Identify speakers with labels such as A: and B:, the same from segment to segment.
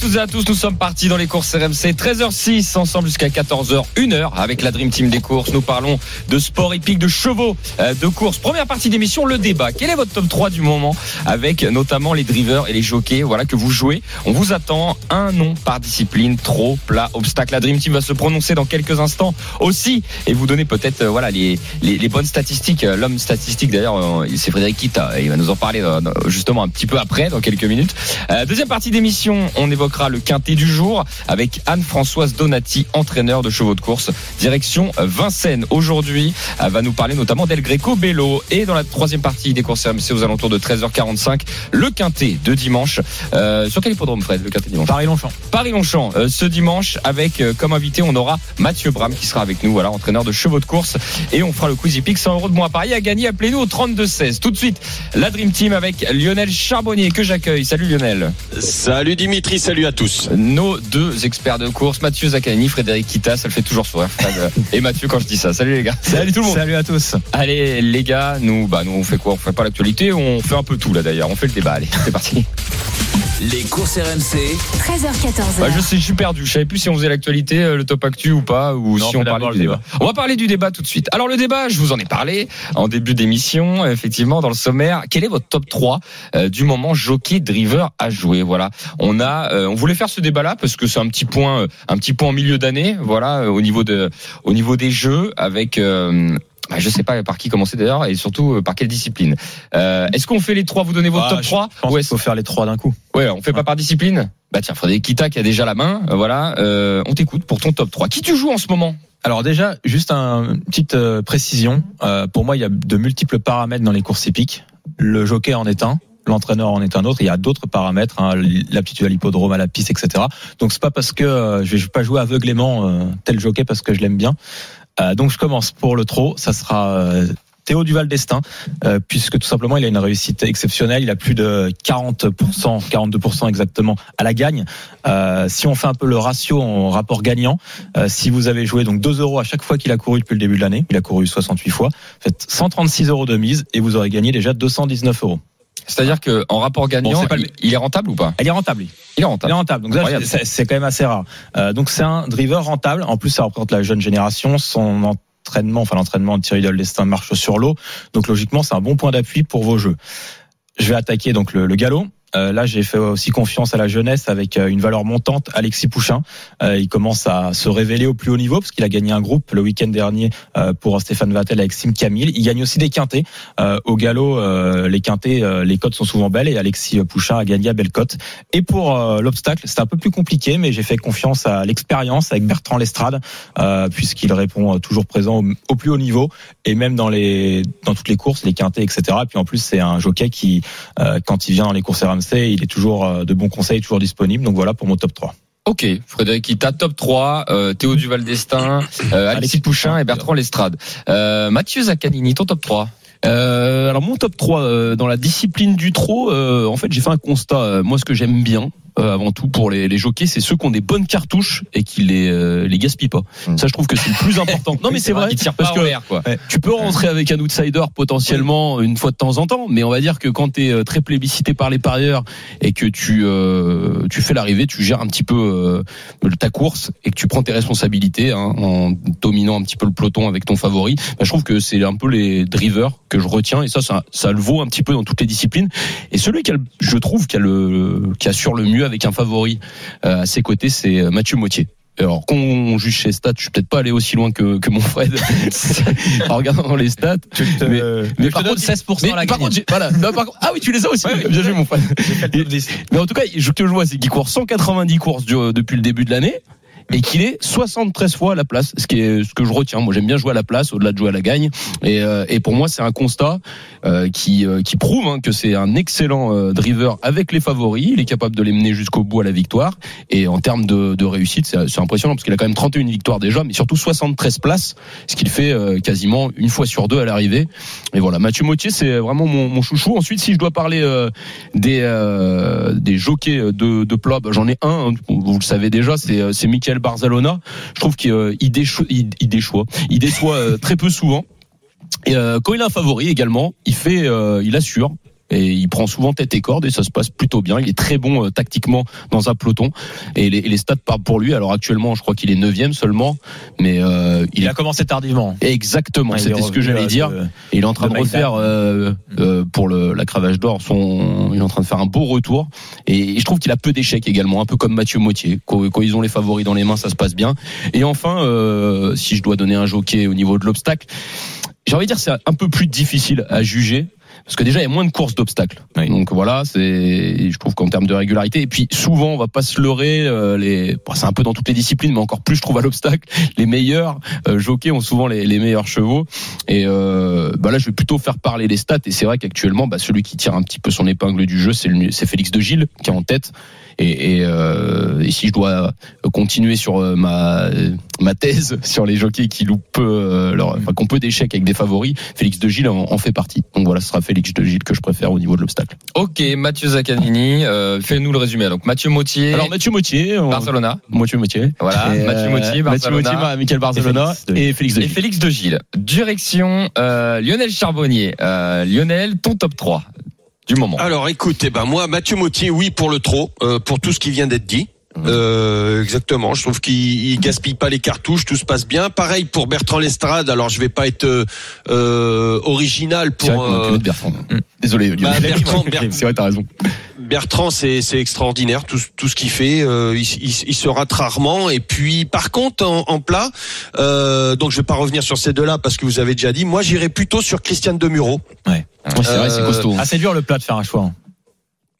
A: toutes et à tous, nous sommes partis dans les courses RMC 13h06 ensemble jusqu'à 14h 1h avec la Dream Team des courses. Nous parlons de sport hippique, de chevaux, euh, de courses. Première partie d'émission, le débat. Quel est votre top 3 du moment avec notamment les drivers et les jockeys voilà que vous jouez On vous attend un nom par discipline, trop, plat, obstacle. La Dream Team va se prononcer dans quelques instants aussi et vous donner peut-être euh, voilà les, les, les bonnes statistiques. Euh, L'homme statistique d'ailleurs, euh, c'est Frédéric Kita. Il va nous en parler euh, dans- justement un petit peu après, dans quelques minutes. Euh, deuxième partie d'émission, on évoquera le quintet du jour avec Anne-Françoise Donati, entraîneur de chevaux de course, direction euh, Vincennes. Aujourd'hui, elle va nous parler notamment d'El Greco Bello. Et dans la troisième partie des courses RMC aux alentours de 13h45, le quintet de dimanche. Euh, sur quel hippodrome, Fred, le quintet dimanche
B: Paris-Longchamp.
A: Paris-Longchamp euh, ce dimanche avec euh, comme invité on aura Mathieu Bram qui sera avec nous voilà entraîneur de chevaux de course et on fera le quiz hippique 100 euros de moins à Paris à gagner appelez-nous au 32 16 tout de suite la Dream Team avec Lionel Charbonnier que j'accueille salut Lionel
C: Salut Dimitri, salut à tous.
A: nos deux experts de course Mathieu Zaccani Frédéric Kita ça le fait toujours sourire Fred, euh, et Mathieu quand je dis ça salut les gars salut tout le monde
B: Salut à tous.
A: allez les gars nous bah nous on fait quoi on fait pas l'actualité on fait un peu tout là d'ailleurs on fait le débat allez c'est parti
D: Les courses RMC.
E: 13h, 14h.
A: Bah, je sais, je suis perdu. Je savais plus si on faisait l'actualité, euh, le top actu ou pas, ou
B: Non,
A: si
B: on
A: on
B: fait
A: parlait
B: d'abord
A: du
B: le
A: débat. On va parler du débat tout de suite. Alors le débat, je vous en ai parlé en début d'émission, effectivement dans le sommaire. Quel est votre top 3 euh, du moment jockey driver à jouer Voilà, on a, euh, on voulait faire ce débat-là parce que c'est un petit point, euh, un petit point en milieu d'année. Voilà, euh, au niveau de, au niveau des jeux avec. euh, bah, je sais pas par qui commencer d'ailleurs et surtout euh, par quelle discipline. Euh, Est-ce qu'on fait les trois Vous donnez votre
B: Ah,
A: top 3
B: Je pense
A: ou
B: qu'il
A: est-ce
B: faut faire les trois d'un coup.
A: Ouais, on fait pas par discipline Bah tiens, Frédéric Kita qui a déjà la main, euh, voilà, euh, on t'écoute pour ton top 3. Qui tu joues en ce moment
B: Alors déjà, juste un- une petite euh, précision. Euh, pour moi, il y a de multiples paramètres dans les courses épiques. Le jockey en est un, l'entraîneur en est un autre. Il y a d'autres paramètres, hein, l'aptitude à l'hippodrome, à la piste, etc. Donc c'est pas parce que euh, je vais pas jouer aveuglément euh, tel jockey parce que je l'aime bien. Euh, donc je commence pour le trot. Ça sera euh, Théo Duval Destin, euh, puisque tout simplement il a une réussite exceptionnelle. Il a plus de 40%, 42% exactement à la gagne. Euh, si on fait un peu le ratio en rapport gagnant, euh, si vous avez joué donc 2 euros à chaque fois qu'il a couru depuis le début de l'année, il a couru 68 fois, faites 136 euros de mise et vous aurez gagné déjà 219 euros.
A: C'est-à-dire que en rapport gagnant,
B: c'est pas le-
A: il, il est rentable ou pas
B: Elle est rentable. lui.
A: Il est
B: Il est
A: rentable.
B: rentable. Donc ça,
A: Incroyable.
B: c'est- c'est quand même assez rare. Euh, donc c'est un driver rentable. En plus, ça représente la jeune génération. Son entraînement, enfin l'entraînement de Thierry Del Destin marche sur l'eau. Donc logiquement, c'est un bon point d'appui pour vos jeux. Je vais attaquer donc le, le galop. Euh, là, j'ai fait aussi confiance à la jeunesse avec euh, une valeur montante, Alexis Pouchin. Euh, il commence à se révéler au plus haut niveau parce qu'il a gagné un groupe le week-end dernier euh, pour Stéphane Vattel avec Sim Camille. Il gagne aussi des quintés. Euh, au galop, euh, les quintés, euh, les cotes sont souvent belles et Alexis Pouchin a gagné à belle cote. Et pour euh, l'obstacle, c'est un peu plus compliqué, mais j'ai fait confiance à l'expérience avec Bertrand Lestrade, euh, puisqu'il répond euh, toujours présent au, au plus haut niveau et même dans les dans toutes les courses, les quintés, etc. Et puis en plus, c'est un jockey qui, euh, quand il vient dans les courses RMC, il est toujours euh, de bons conseils, toujours disponible. Donc voilà pour mon top 3.
A: Ok, Frédéric Kita, top 3, euh, Théo Duval Destin, euh, Alexis
B: Alexis
A: Pouchin et Bertrand Lestrade. Euh, Mathieu Zaccanini, ton top 3.
F: Euh, alors mon top 3 euh, dans la discipline du trot, euh, en fait j'ai fait un constat. Euh, moi ce que j'aime bien euh, avant tout pour les, les jockeys, c'est ceux qui ont des bonnes cartouches et qui les euh, les gaspillent pas.
A: Mm.
F: Ça je trouve que c'est le plus important. non mais c'est vrai,
A: Il tire
F: parce
A: pas en
F: que
A: l'air, quoi.
F: tu peux rentrer avec un outsider potentiellement une fois de temps en temps, mais on va dire que quand tu es très plébiscité par les parieurs et que tu euh, tu fais l'arrivée, tu gères un petit peu euh, ta course et que tu prends tes responsabilités hein, en dominant un petit peu le peloton avec ton favori, bah, je trouve que c'est un peu les drivers que je retiens et ça, ça ça le vaut un petit peu dans toutes les disciplines. Et celui qui a, le- je trouve qui a le qui assure le mieux avec un favori euh, à ses côtés, c'est Mathieu Mottier. Alors qu'on juge ses stats, je suis peut-être pas allé aussi loin que, que mon Fred en regardant les stats. Mais-
B: euh,
F: mais par contre,
B: 16%
F: Mais par contre, j'ai- voilà. Non, par contre- ah oui, tu les as aussi. bien joué, mon Fred. Mais en tout cas, je te le vois, c'est qu'il court 190 courses du- depuis le début de l'année. et qu'il est 73 fois à la place, ce qui est ce que je retiens. Moi, j'aime bien jouer à la place au-delà de jouer à la gagne. Et, euh, et pour moi, c'est un constat euh, qui euh, qui prouve hein, que c'est un excellent euh, driver avec les favoris. Il est capable de les mener jusqu'au bout à la victoire. Et en termes de, de réussite, c'est c'est impressionnant parce qu'il a quand même 31 victoires déjà, mais surtout 73 places, ce qu'il fait euh, quasiment une fois sur deux à l'arrivée. Et voilà, Mathieu Mautier, c'est euh, vraiment mon, mon chouchou. Ensuite, si je dois parler euh, des euh, des jockeys de, de plat, bah, j'en ai un. hein, vous le savez déjà, c'est euh, c'est Michael Barzalona. Je trouve qu'il euh, il décho- il, il déchoit, il déçoit euh, très peu souvent. Et euh, quand il a un favori également, il fait, euh, il assure. Et il prend souvent tête et corde et ça se passe plutôt bien. Il est très bon euh, tactiquement dans un peloton et les, et les stats parlent pour lui. Alors actuellement, je crois qu'il est neuvième seulement, mais euh, il,
B: Il a commencé tardivement.
F: exactement.
B: Il est
F: C'était ce que
B: revenu,
F: j'allais
B: euh,
F: dire.
B: de-
F: Et il est en train de,
B: de
F: refaire euh, euh, pour le, la cravache d'or. Son, il est en train de faire un beau retour. Et, je trouve qu'il a peu d'échecs également, un peu comme Mathieu Mautier. Quand, quand ils ont les favoris dans les mains, ça se passe bien. Et enfin, euh, si je dois donner un jockey au niveau de l'obstacle, j'ai envie de dire c'est un peu plus difficile à juger. Parce que déjà, il y a moins de courses d'obstacles.
B: Oui.
F: Donc voilà, c'est, je trouve qu'en termes de régularité, et puis souvent, on va pas se leurrer. euh, les, bon, c'est un peu dans toutes les disciplines, mais encore plus, je trouve à l'obstacle, les meilleurs euh, jockeys ont souvent les, les meilleurs chevaux. Et euh, bah là, je vais plutôt faire parler les stats. Et c'est vrai qu'actuellement, bah, celui qui tire un petit peu son épingle du jeu, c'est le- c'est Félix de Gilles qui est en tête. Et, et, euh, et si je dois continuer sur euh, ma euh, ma thèse sur les jockeys qui loupent peu, euh, leur, enfin, qu'on peut d'échecs avec des favoris, Félix de Gilles en, en fait partie. Donc voilà, ce sera Félix de Gilles que je préfère au niveau de l'obstacle.
A: Ok, Mathieu Zaccanini, euh, fais-nous le résumé. Donc Mathieu Mautier,
F: Alors Mathieu Motier, on-
A: Barcelona.
F: Mathieu Motier,
B: Ah,
A: Voilà,
F: Et,
A: Mathieu
F: euh,
A: Mautier, Barcelona.
F: Mathieu Motier, Michael Barcelona
B: Et Félix de
A: et
B: Gilles.
F: et Félix de Gilles.
A: Félix De Gilles, direction euh, Lionel Charbonnier. Euh, Lionel, ton top 3 du moment.
C: Alors écoute, eh ben moi, Mathieu Mottier, oui pour le trop, euh, pour tout ce qui vient d'être dit.
F: Mmh.
C: Euh, exactement, je trouve qu'il il gaspille pas les cartouches, tout se passe bien. Pareil pour Bertrand Lestrade. Alors je vais pas être euh, euh, original
F: C'est vrai
C: pour
F: qu'on a pu
C: euh,
F: mettre Bertrand. Désolé, Lionel.
C: bah, Bertrand, Ber-
F: C'est vrai, t'as raison.
C: Bertrand, c'est c'est extraordinaire tout, ce- tout ce qu'il fait. euh, il, il- il se rate rarement. Et puis, par contre, en, en plat, euh, donc je vais pas revenir sur ces deux-là parce que vous avez déjà dit. Moi, j'irai plutôt sur Christiane Demuro.
F: Ouais, c'est vrai, c'est
C: Euh,
F: costaud.
B: Ah, c'est dur le plat de faire un choix. hein.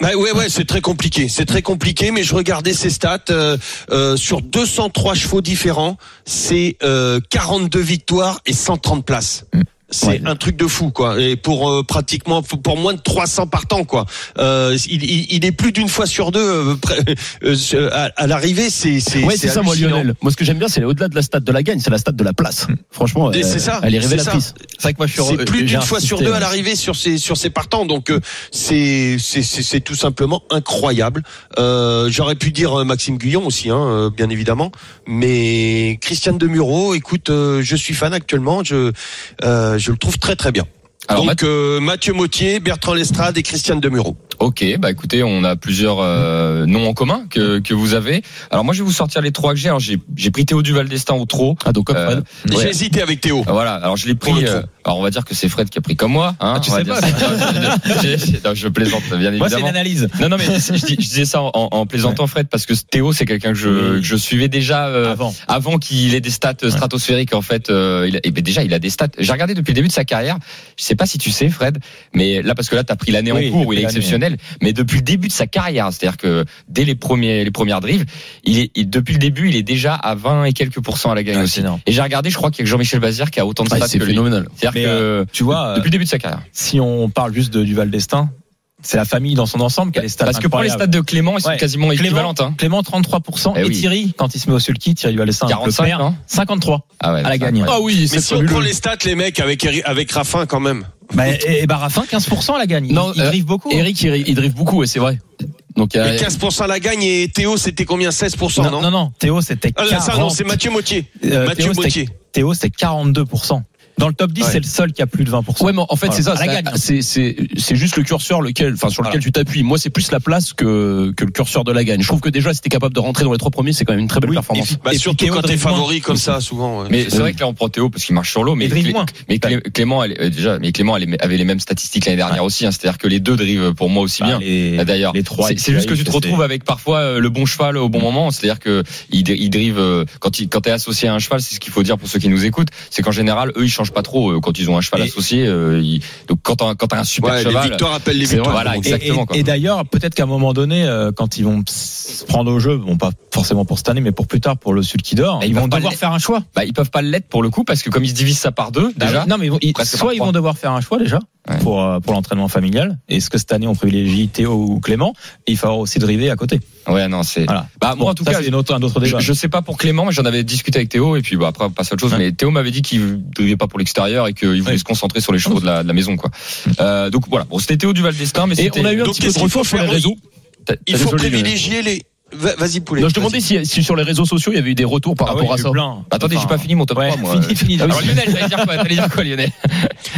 C: Ouais, Bah ouais, ouais, c'est très compliqué. C'est très compliqué, mais je regardais ses stats euh, euh, sur 203 chevaux différents. C'est euh, 42 victoires et 130 places. C'est
F: Mm. Ouais.
C: un truc de fou, quoi. Et pour euh, pratiquement pour pour moins de 300 partants, quoi. Euh, il, il- il est plus d'une fois sur deux euh, près- euh, euh, à, à l'arrivée. C'est c'est
F: Ouais, c'est ça, moi,
C: hallucinant.
F: Lionel. Moi, ce que j'aime bien, c'est au-delà de la stade de la gagne, c'est la stade de la place.
B: Hmm.
F: Franchement,
C: Et
F: euh,
C: c'est ça,
F: elle est
C: c'est
F: révélatrice.
B: C'est vrai que moi je suis
C: C'est
B: euh,
C: plus
B: j'ai
C: d'une
B: insisté,
C: fois sur deux
B: ouais.
C: à l'arrivée sur ces sur ces partants, donc euh, c'est c'est c'est c'est tout simplement incroyable. Euh, J'aurais pu dire euh, Maxime Guyon aussi, hein, euh, bien évidemment, mais Christian Demuro, écoute, euh, je suis fan actuellement, je euh, je le trouve très très bien.
A: Alors,
C: donc euh, Mathieu Mautier, Bertrand Lestrade et Christian Demuro.
A: Ok, bah écoutez, on a plusieurs euh, noms en commun que, que vous avez. Alors moi, je vais vous sortir les trois que j'ai. Alors j'ai j'ai pris Théo Duval d'Estaing au trot.
F: Ah, donc, comme
A: Euh,
F: Fred.
A: Ouais.
C: J'ai hésité avec Théo.
A: Voilà, alors je l'ai
C: Pour
A: pris.
C: le trot.
A: euh, alors on va dire que c'est Fred qui a pris comme moi. Hein,
B: Ah, tu
A: on va
B: sais
A: dire
B: pas.
A: ça. J'ai- j'ai- non, je plaisante, bien
B: Moi, c'est une
A: évidemment.
B: analyse.
A: Non, non, mais je, dis- je disais ça en, en plaisantant Fred parce que Théo, c'est quelqu'un que je,
B: Oui.
A: que je suivais déjà euh,
B: Avant.
A: avant qu'il ait des stats euh, stratosphériques en fait euh, il a- eh ben, déjà il a des stats j'ai regardé depuis le début de sa carrière je sais pas si tu sais Fred mais là parce que là tu as pris l'année
B: Oui,
A: en cours où
B: j'ai
A: il est
B: pris l'année.
A: exceptionnel mais depuis le début de sa carrière c'est-à-dire que dès les premiers les premières drives il est il- depuis le début il est déjà à 20 et quelques pourcents à la gagne
B: Ouais,
A: aussi
B: c'est énorme.
A: et j'ai regardé je crois qu'il y a que Jean-Michel Bazir qui a autant de
F: Ah,
A: stats
F: c'est
A: que lui
F: phénoménal.
A: c'est-à-dire
B: Mais,
A: que
B: euh, tu vois, euh,
A: depuis le début de sa carrière
B: Si on parle juste de, du Val d'Estaing, c'est la famille dans son ensemble qui a les stats
A: parce que pour les stats
B: incroyables.
A: de Clément ils sont
B: Ouais.
A: quasiment
B: Clément,
A: équivalentes hein.
B: Clément 33%
A: Eh
B: et
A: oui.
B: Thierry quand il se met au sulky, Thierry du Val d'Estaing, le
A: 45
B: père,
A: non
B: 53
A: ah ouais,
B: à la
A: c'est
B: gagne.
A: incroyable.
F: oui,
C: Mais si on prend les stats, les mecs, avec Eri- avec Raffin quand même.
B: Bah, et, et Barafin 15% à la gagne. Il-
F: Non,
B: il,
F: euh,
B: drive beaucoup. hein.
F: Eric, il, il drive beaucoup, ouais, c'est vrai. Donc, euh, il y a-
C: Mais 15% à la gagne et Théo, c'était combien 16%, non,
B: non, non, non, Théo c'était
C: Ah, là, ça, non,
B: 40.
C: c'est Mathieu Mautier.
B: Euh,
C: Mathieu
B: Théo,
C: Mautier.
B: c'était- Théo c'était 42%. Dans le top 10,
C: Ouais.
B: c'est le seul qui a plus de 20%.
F: Ouais, mais en fait,
B: Voilà.
F: c'est ça.
B: À la
F: c'est-
B: gagne.
F: C'est c'est c'est juste le curseur lequel, enfin sur lequel
B: Voilà.
F: tu t'appuies. Moi, c'est plus la place que que le curseur de la gagne. Je trouve que déjà, si t'es capable de rentrer dans les trois premiers, c'est quand même une très belle
B: Oui,
F: performance.
B: et puis- et
C: Bah,
B: puis
C: surtout
B: Théo
C: quand t'es
B: drive moins.
C: favori comme ça, souvent. ouais.
A: Mais euh, c'est vrai que là on prend Théo parce qu'il marche sur l'eau, mais,
B: Et drive
A: Clé-
B: moins.
A: mais Clé- Clément, elle est- euh, déjà, mais Clément elle est- avait les mêmes statistiques l'année dernière aussi. hein. C'est-à-dire que les deux drivent pour moi aussi bien.
B: Bah, les-
A: Ah, D'ailleurs,
B: les trois,
A: c'est
B: ils
A: c'est juste que tu te
B: drivent,
A: retrouves avec parfois euh, le bon cheval au bon moment. C'est-à-dire que il, dri- il drive euh, quand il quand t'es associé à un cheval, c'est ce qu'il faut dire pour ceux qui nous écoutent, c'est qu'en général eux ils changent change pas trop euh, quand ils ont un cheval
B: Et-
A: associé. euh, ils- Donc quand t'as quand t'as un super
C: Ouais, les
A: cheval,
C: victoires appellent les
A: c'est
C: victoires.
A: voilà,
C: comme on dit.
A: exactement,
B: Et-
A: quoi.
B: Et, et d'ailleurs, peut-être qu'à un moment donné, euh, quand ils vont se prendre au jeu, bon, pas forcément pour cette année, mais pour plus tard, pour le Sud qui dort,
A: Mais ils
B: ils,
A: vont
B: vont
A: pas
B: devoir
A: le-
B: faire un choix.
A: bah, ils peuvent pas l'être pour le coup parce que comme ils se divisent ça par deux déjà.
B: Bah, non, mais ils vont- ils-
A: presque par
B: soit ils
A: trois.
B: vont devoir faire un choix déjà
A: Ouais.
B: pour, euh, pour l'entraînement familial. Est-ce que cette année on privilégie Théo ou Clément Et il faudra aussi driver à côté.
A: Ouais, non, c'est.
B: Voilà.
A: Bah, moi, en tout
B: ça,
A: cas,
B: c'est une autre- un autre
A: Je,
B: débat.
A: je sais pas pour Clément, mais j'en avais discuté avec Théo et puis bah, après on passe à autre chose.
B: Ouais.
A: Mais Théo m'avait dit qu'il ne pas pour l'extérieur et qu'il voulait
B: Ouais.
A: se concentrer sur les chevaux de la, de la maison quoi. Euh, donc voilà, bon, c'était Théo du Val d'Estaing, mais
F: Et
A: c'était-
F: on a eu un
C: Donc,
F: petit peu
C: qu'est-ce
F: de
C: qu'il faut
F: retour sur les
C: faire
F: réseaux.
A: T'as-
C: Il
A: t'as
C: faut
A: désolé, mais-
C: privilégier les. Va- Vas-y, poulet.
F: Non, je
C: Vas-y.
F: demandais si, si sur les réseaux sociaux il y avait eu des retours par
B: Ah
F: rapport
B: oui,
F: à
B: il y
F: ça.
B: a eu plein.
A: Attendez, j'ai
B: Enfin,
A: pas fini mon top
B: ouais,
A: 3 moi. Ah,
B: fini, fini.
A: Alors Lionel, j'allais dire quoi T'allais dire quoi Lionel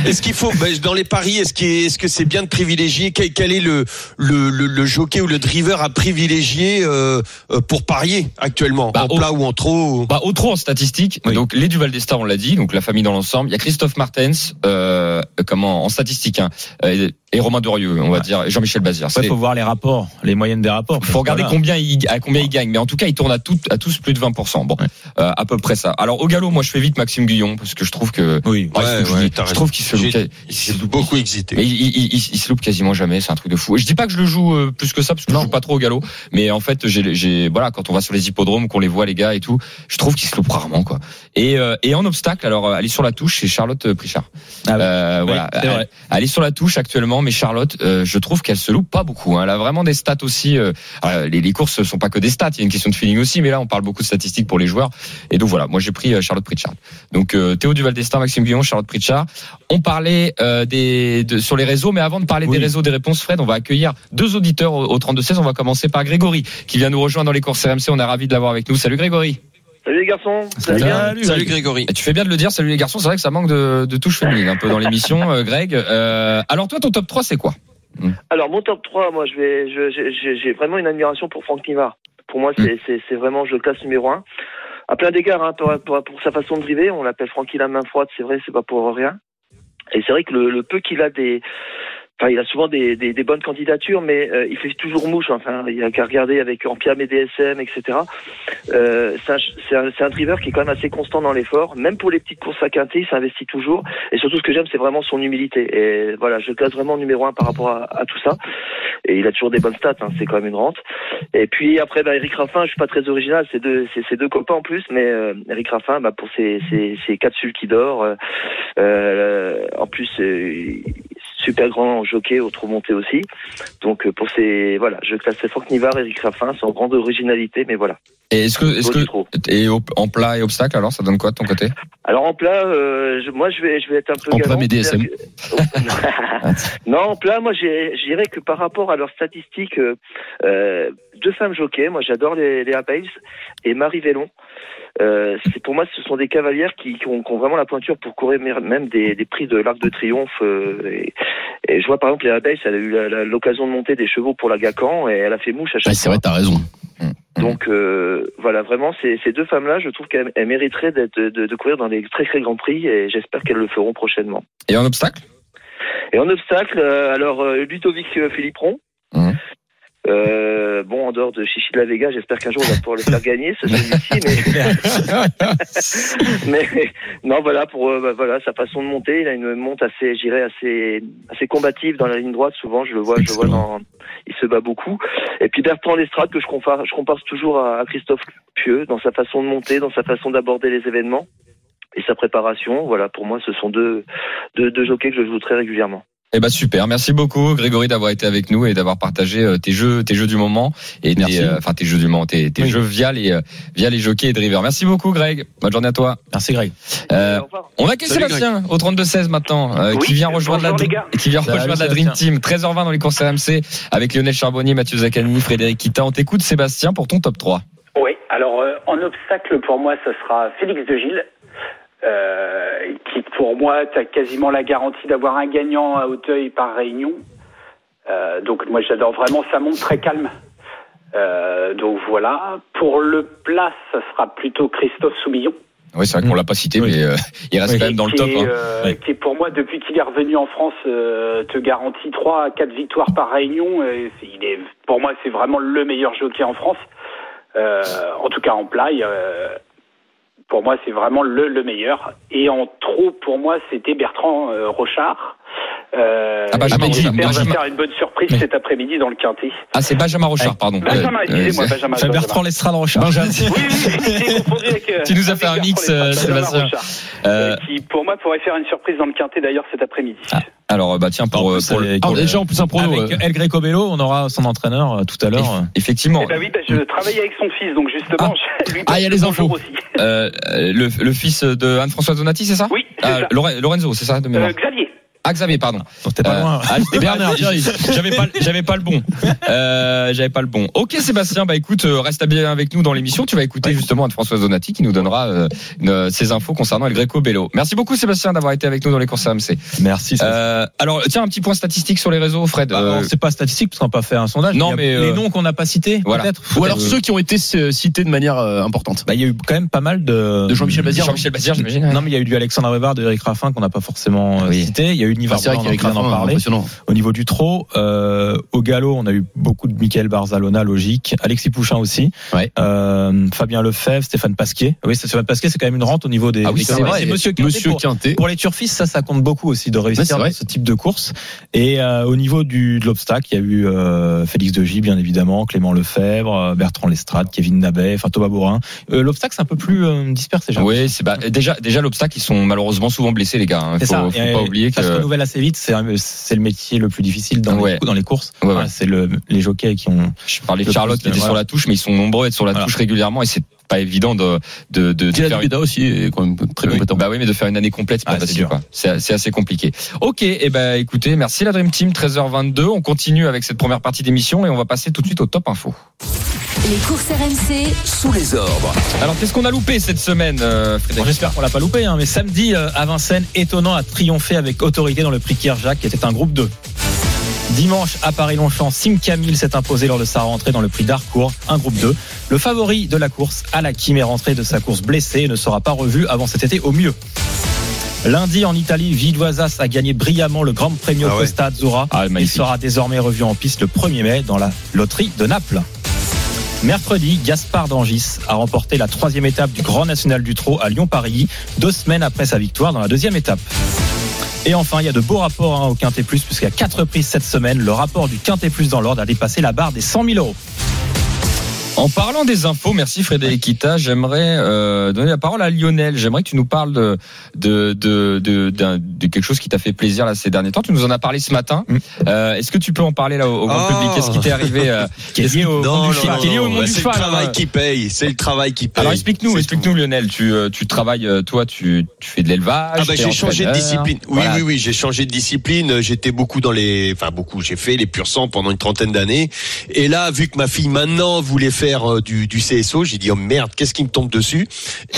C: Est-ce qu'il faut ben, dans les paris Est-ce qu'il- est-ce que c'est bien de privilégier quel, quel est le, le le le jockey ou le driver à privilégier euh, euh, pour parier actuellement
A: Bah,
C: en
A: au-
C: plat ou en trop ou-
A: Bah, au trop en statistique.
B: Oui.
A: Donc, les Duval des Stars, on l'a dit. Donc, la famille dans l'ensemble. Il y a Christophe Martens, euh, comment, en statistique, hein, euh, et Romain Durieux, on va dire, et Jean-Michel Bazir.
B: Ouais,
A: C'est-
B: faut voir les rapports, les moyennes des rapports.
A: faut regarder
B: Voilà.
A: combien il, à combien il gagne. Mais en tout cas, il tourne à, tout, à tous plus de 20%. Bon, euh, à peu près ça. Alors, au galop, moi, je fais vite Maxime Guillon, parce que je trouve que,
B: Oui.
A: Ouais,
C: Ouais,
A: il faut que je
C: ouais,
A: dise.
C: t'as
A: je,
C: raison.
A: trouve qu'il se loupe.
C: J'ai-
A: il
C: J'ai
A: se loupe-
C: beaucoup
A: mais
C: hésité.
A: il, il- il- il se loupe quasiment jamais, c'est un truc de fou. Et je dis pas que je le joue euh, plus que ça, parce que je joue pas trop au galop. Mais en fait, j'ai, j'ai- voilà, quand on va sur les hippodromes, qu'on les voit les gars et tout, je trouve qu'il se loupe rarement, quoi. Et, euh, et en obstacle, alors euh, elle est sur la touche, c'est Charlotte Prichard.
B: Ah ouais.
A: Euh,
B: Oui,
A: voilà,
B: c'est vrai.
A: elle est sur la touche actuellement, mais Charlotte, euh, je trouve qu'elle se loupe pas beaucoup. hein. Elle a vraiment des stats aussi. euh, alors, les, les courses sont pas que des stats, il y a une question de feeling aussi, mais là on parle beaucoup de statistiques pour les joueurs. Et donc voilà, moi j'ai pris euh, Charlotte Pritchard. Donc euh, Théo Duval d'Estaing, Maxime Guillon, Charlotte Pritchard. On parlait euh, des de- sur les réseaux, mais avant de parler
B: Oui.
A: des réseaux, des réponses, Fred, on va accueillir deux auditeurs au, au 32 16. On va commencer par Grégory qui vient nous rejoindre dans les courses RMC. On est ravi de l'avoir avec nous. Salut Grégory.
G: Salut les garçons,
A: Salut.
C: Salut Grégory.
A: Et tu fais bien de le dire. Salut les garçons. C'est vrai que ça manque de, de touche féminine un peu dans l'émission, euh, Greg. Euh, alors toi, ton top 3 c'est quoi
G: Alors mon top 3, moi je vais, je- je- j'ai j'ai vraiment une admiration pour Franck Nivard. Pour moi, c'est c'est- c'est vraiment, je le classe numéro un. À plein d'égards, hein, pour, pour- pour sa façon de driver, on l'appelle Francky la main froide, c'est vrai, c'est pas pour rien. Et c'est vrai que le, le peu qu'il a des... Enfin, il a souvent des, des- des bonnes candidatures, mais euh, il fait toujours mouche. Enfin, il n'y a qu'à regarder avec Ampiam et DSM, etc. Euh, c'est un ch- c'est un, c'est un driver qui est quand même assez constant dans l'effort. Même pour les petites courses à quintet, il s'investit toujours. Et surtout, ce que j'aime, c'est vraiment son humilité. Et voilà, je le classe vraiment numéro un par rapport à, à tout ça. Et il a toujours des bonnes stats, hein, c'est quand même une rente. Et puis après, bah, Eric Raffin, je suis pas très original, c'est deux, c'est c'est deux copains en plus, mais euh, Eric Raffin, bah, pour ses, ses, ses capsules qui dort, euh, euh, en plus, euh, super grand jockey, au trot monté aussi. Donc euh, pour ces, voilà, je classais Franck Nivard, Eric Raffin, sans grande originalité, mais voilà.
A: Et est-ce que est-ce
G: Beau
A: que
G: du trot.
A: et au- en plat et obstacle alors ça donne quoi de ton côté
G: Alors en plat, euh, je- moi je vais, je vais être un peu
F: En
G: galant,
F: plat, mais DSM.
G: c'est-à-dire que- non, en plat, moi j'ai- je dirais que par rapport à leurs statistiques, euh, euh, deux femmes jockeys, moi j'adore les, les Abeilles et Marie Vélon. Euh, c'est- pour moi, ce sont des cavalières qui, qui ont, qui ont vraiment la pointure pour courir mer- même des, des prix de l'Arc de Triomphe. euh, et, et je vois par exemple les Abeilles, elle a eu la- la- l'occasion de monter des chevaux pour la Gacan et elle a fait mouche à chaque
F: Ouais,
G: fois.
F: Bah, c'est vrai, t'as raison.
G: Donc euh, voilà, vraiment, ces, ces deux femmes-là, je trouve qu'elles elles mériteraient d'être, de, de courir dans les très très grands prix et j'espère qu'elles le feront prochainement.
A: Et en obstacle
G: Et en obstacle, euh, alors euh, Ludovic euh, Philippron.
A: Mhm.
G: Euh, bon, en dehors de Chichi de la Vega, j'espère qu'un jour on va pouvoir le faire gagner, ce celui-ci. Mais... mais non, voilà pour euh, bah, voilà sa façon de monter. Il a une monte assez, j'irais assez assez combative dans la ligne droite. Souvent, je le vois, je le vois dans, il se bat beaucoup. Et puis Bertrand Lestrade que je compare, je compare toujours à, à Christophe Pieux dans sa façon de monter, dans sa façon d'aborder les événements et sa préparation. Voilà, pour moi, ce sont deux deux, deux jockeys que je joue très régulièrement.
A: Eh ben super, merci beaucoup Grégory d'avoir été avec nous et d'avoir partagé euh, tes jeux, tes jeux du moment et tes,
B: Merci.
A: euh, enfin tes jeux du moment, tes, tes
B: Oui.
A: jeux via les euh, via les jockeys et drivers. Merci beaucoup Greg. Bonne journée à toi.
B: Merci Greg.
A: Euh,
G: Au revoir.
A: on accueille
C: Salut,
A: Sébastien au 32 16 maintenant euh,
G: Oui,
A: qui vient rejoindre la
G: bonjour, les gars.
A: qui vient
B: Salut,
A: rejoindre la Dream Team 13h20 dans les courses RMC avec Lionel Charbonnier, Mathieu Zaccani, Frédéric Kita. On t'écoute Sébastien pour ton top 3.
H: Oui, alors euh, en obstacle pour moi, ça sera Félix de Gilles, euh, qui pour moi, tu as quasiment la garantie d'avoir un gagnant à Hauteuil par réunion. Euh, donc moi, j'adore vraiment sa montre très calme. Euh, donc voilà. Pour le plat, ça sera plutôt Christophe Soumillon.
A: Oui, c'est vrai qu'on l'a pas cité,
B: Mm. Oui.
A: mais euh, il reste
B: Oui.
A: quand même dans le
H: qui,
A: top.
H: est,
A: hein.
H: euh,
B: Ouais.
H: qui est pour moi, depuis qu'il est revenu en France, euh, te garantit 3 à 4 victoires par réunion. Et c'est- il est, pour moi, c'est vraiment le meilleur jockey en France. Euh, en tout cas, en plat. il, euh,
I: Pour moi, c'est vraiment le, le meilleur. Et en trop, pour moi, c'était Bertrand euh, Rochard. Euh,
A: Ah, Benjamin
I: j'espère
A: Rochard,
I: vous
A: Benjamin.
I: faire une bonne surprise
A: Mais-
I: cet après-midi dans le Quintet.
A: Ah, c'est Benjamin Rochard, pardon.
I: Benjamin,
A: Ouais,
I: excusez-moi,
A: euh,
I: Benjamin.
B: C'est
I: Benjamin.
B: Bertrand Lestrade en recharge.
I: Oui, oui, j'ai confondu avec, euh,
A: Tu nous as fait
I: avec
A: un mix,
I: Bertrand
A: euh,
I: Lestat,
A: Sébastien.
I: Rochard,
A: euh,
I: Qui, pour moi, pourrait faire une surprise dans le Quintet d'ailleurs cet après-midi.
A: Ah. alors, bah tiens, pour,
B: En
A: euh,
B: plus,
A: pour le-
B: avec,
A: pour
F: Ah,
A: le-
F: déjà en plus un prono.
B: Avec El Greco Bello, on aura son entraîneur euh, tout à l'heure.
A: effectivement,
I: Eh ben oui, ben, je travaille avec son fils, donc justement, je lui
A: Ah, il y a les
I: bonjour
A: infos.
I: aussi.
A: euh, le, le fils de Anne-Françoise Donati, c'est ça
I: Oui, c'est
A: Ah,
I: ça.
A: Lore- Lorenzo, c'est ça de mémoire
I: Euh, Xavier.
A: Ah, Xavier, pardon.
B: Donc, T'es pas
A: Euh,
B: loin.
A: ah, c'était Bernard, j'avais pas, j'avais pas le bon. Euh, j'avais pas le bon. Ok Sébastien, bah écoute, euh, reste bien avec nous dans l'émission. Tu vas écouter justement Anne-Françoise Donati qui nous donnera euh, une- ses infos concernant El Greco Bello. Merci beaucoup Sébastien d'avoir été avec nous dans les courses AMC.
B: Merci. ça.
A: Euh, alors tiens un petit point statistique sur les réseaux, Fred.
B: Bah,
A: Euh,
B: alors, c'est pas statistique parce qu'on n'a pas fait un sondage.
A: non,
B: Il y a
A: mais,
B: les
A: euh,
B: noms qu'on n'a pas cités,
A: voilà.
B: peut-être.
F: Ou alors ceux qui ont été euh, cités de manière euh, importante.
B: Bah, il y a eu quand même pas mal de.
F: De Jean-Michel Bazir.
A: Jean-Michel Bazir, j'imagine.
B: Non, mais il y a eu du Alexandre Weber, de Eric Raffin qu'on n'a pas forcément euh,
A: Oui.
B: cité. Il y a eu Nivar
F: Enfin, c'est vrai
B: Blanc,
F: qu'Éric
B: on vient d'en
F: Raffin,
B: parler.
F: impressionnant.
B: Au niveau du trot, euh, au galop, on a eu beaucoup de Michael Barzalona, logique. Alexis Pouchin aussi.
F: Ouais.
B: Euh, Fabien Lefebvre, Stéphane Pasquier. Oui, c'est- Stéphane Pasquier, c'est quand même une rente au niveau des.
F: Ah oui,
B: des-
F: c'est vrai.
B: Monsieur Quintet
F: Monsieur
B: pour-
F: Quintet.
B: Pour les turfistes, ça, ça compte beaucoup aussi de
F: Ouais, c'est
B: réussir
F: vrai.
B: ce type de course. Et euh, au niveau du, de l'obstacle, il y a eu euh, Félix Degy, bien évidemment, Clément Lefebvre, euh, Bertrand Lestrade, Kevin Nabet, enfin Thomas Borin. Euh, l'obstacle, c'est un peu plus euh, dispersé, j'ai
A: Oui, c'est bah, déjà déjà l'obstacle ils sont malheureusement souvent blessés les gars. hein. Faut,
B: c'est ça.
A: faut pas oublier
B: ça se
A: que
B: renouvelle assez vite. C'est un- c'est le métier le plus difficile dans,
A: Ouais.
B: les, dans les courses.
A: Ouais, ouais.
B: Voilà, c'est le, les jockeys qui ont.
A: je parlais de
B: le
A: Charlotte
B: poste,
F: ben
A: qui était sur
B: voilà.
A: la touche, mais ils sont nombreux à être sur la
B: Voilà.
A: touche régulièrement et c'est pas évident de de, de, de
F: Dylan
A: faire une-
F: Beda aussi est quand même très
A: Oui,
F: compétent.
A: Bah oui, mais de faire une année complète, c'est pas
B: Ah, c'est
A: facile,
B: dur.
A: quoi. C'est c'est assez compliqué. Ok, et ben écoutez, merci la Dream Team, 13h22. On continue avec cette première partie d'émission et on va passer tout de suite au top info.
E: Les courses RMC,
D: Sous les ordres.
A: Alors qu'est-ce qu'on a loupé cette semaine, euh,
B: Bon,
A: Frédéric
B: J'espère qu'on l'a pas loupé, hein, mais samedi euh, à Vincennes, étonnant a triomphé avec autorité dans le prix Kirjak, qui était un groupe 2. Dimanche à Paris-Longchamp, Sim Camille s'est imposé lors de sa rentrée dans le prix d'Arcourt, un groupe 2. Le favori de la course, Alakim, est rentré de sa course blessée et ne sera pas revu avant cet été au mieux. Lundi en Italie, Vidoisas a gagné brillamment le Grand Premio
C: Ah ouais.
B: Costa Azzurra.
A: Ah,
B: Il
A: magnifique.
B: sera désormais revu en piste le 1er mai dans la loterie de Naples. Mercredi, Gaspard Dangis a remporté la troisième étape du Grand National du Trot à Lyon-Paris, deux semaines après sa victoire dans la deuxième étape. Et enfin, il y a de beaux rapports hein, au Quintet Plus, puisqu'à quatre reprises cette semaine, le rapport du Quintet Plus dans l'ordre a dépassé la barre des 100 000 euros.
A: En parlant des infos, merci Frédéric Kita. J'aimerais euh, donner la parole à Lionel. J'aimerais que tu nous parles de de de de, d'un- de quelque chose qui t'a fait plaisir là ces derniers temps. Tu nous en as parlé ce matin.
B: Mm.
A: Euh, Est-ce que tu peux en parler là au, au grand
C: Ah.
A: public Qu'est-ce qui t'est arrivé euh,
B: Qui est
A: Qu'est-ce
B: lié
A: qui-
B: au
A: monde
C: Non,
A: du
C: non,
A: cheval.
C: non,
A: Qui est lié au
C: non,
A: monde du
C: c'est le
A: cheval,
C: travail
A: hein.
C: qui paye, c'est le travail qui paye.
A: Alors explique-nous,
C: C'est
A: explique-nous Lionel, tu, euh, tu travailles, euh, toi tu, tu fais de l'élevage.
C: Ah bah
A: t'es
C: j'ai changé de
A: entraîneur.
C: discipline. Oui
A: Voilà.
C: oui oui, j'ai changé de discipline, j'étais beaucoup dans les enfin beaucoup, j'ai fait les pur sang pendant une trentaine d'années et là vu que ma fille maintenant voulait faire euh, du, du CSO, j'ai dit oh merde, qu'est-ce qui me tombe dessus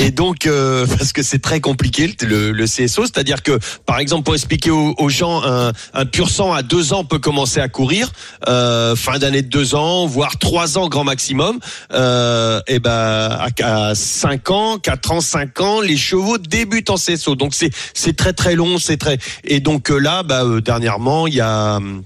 C: Et donc euh, parce que c'est très compliqué le, le- le CSO, c'est-à-dire que par exemple pour expliquer aux, aux gens un, un pur sang à deux ans peut commencer à courir euh, fin d'année de deux ans, voire trois ans grand maximum. Euh, et ben à, à 5 ans, 4 ans, 5 ans, les chevaux débutent en CSO. Donc c'est c'est très très long, c'est très et donc euh, là bah euh, dernièrement, il y a hum,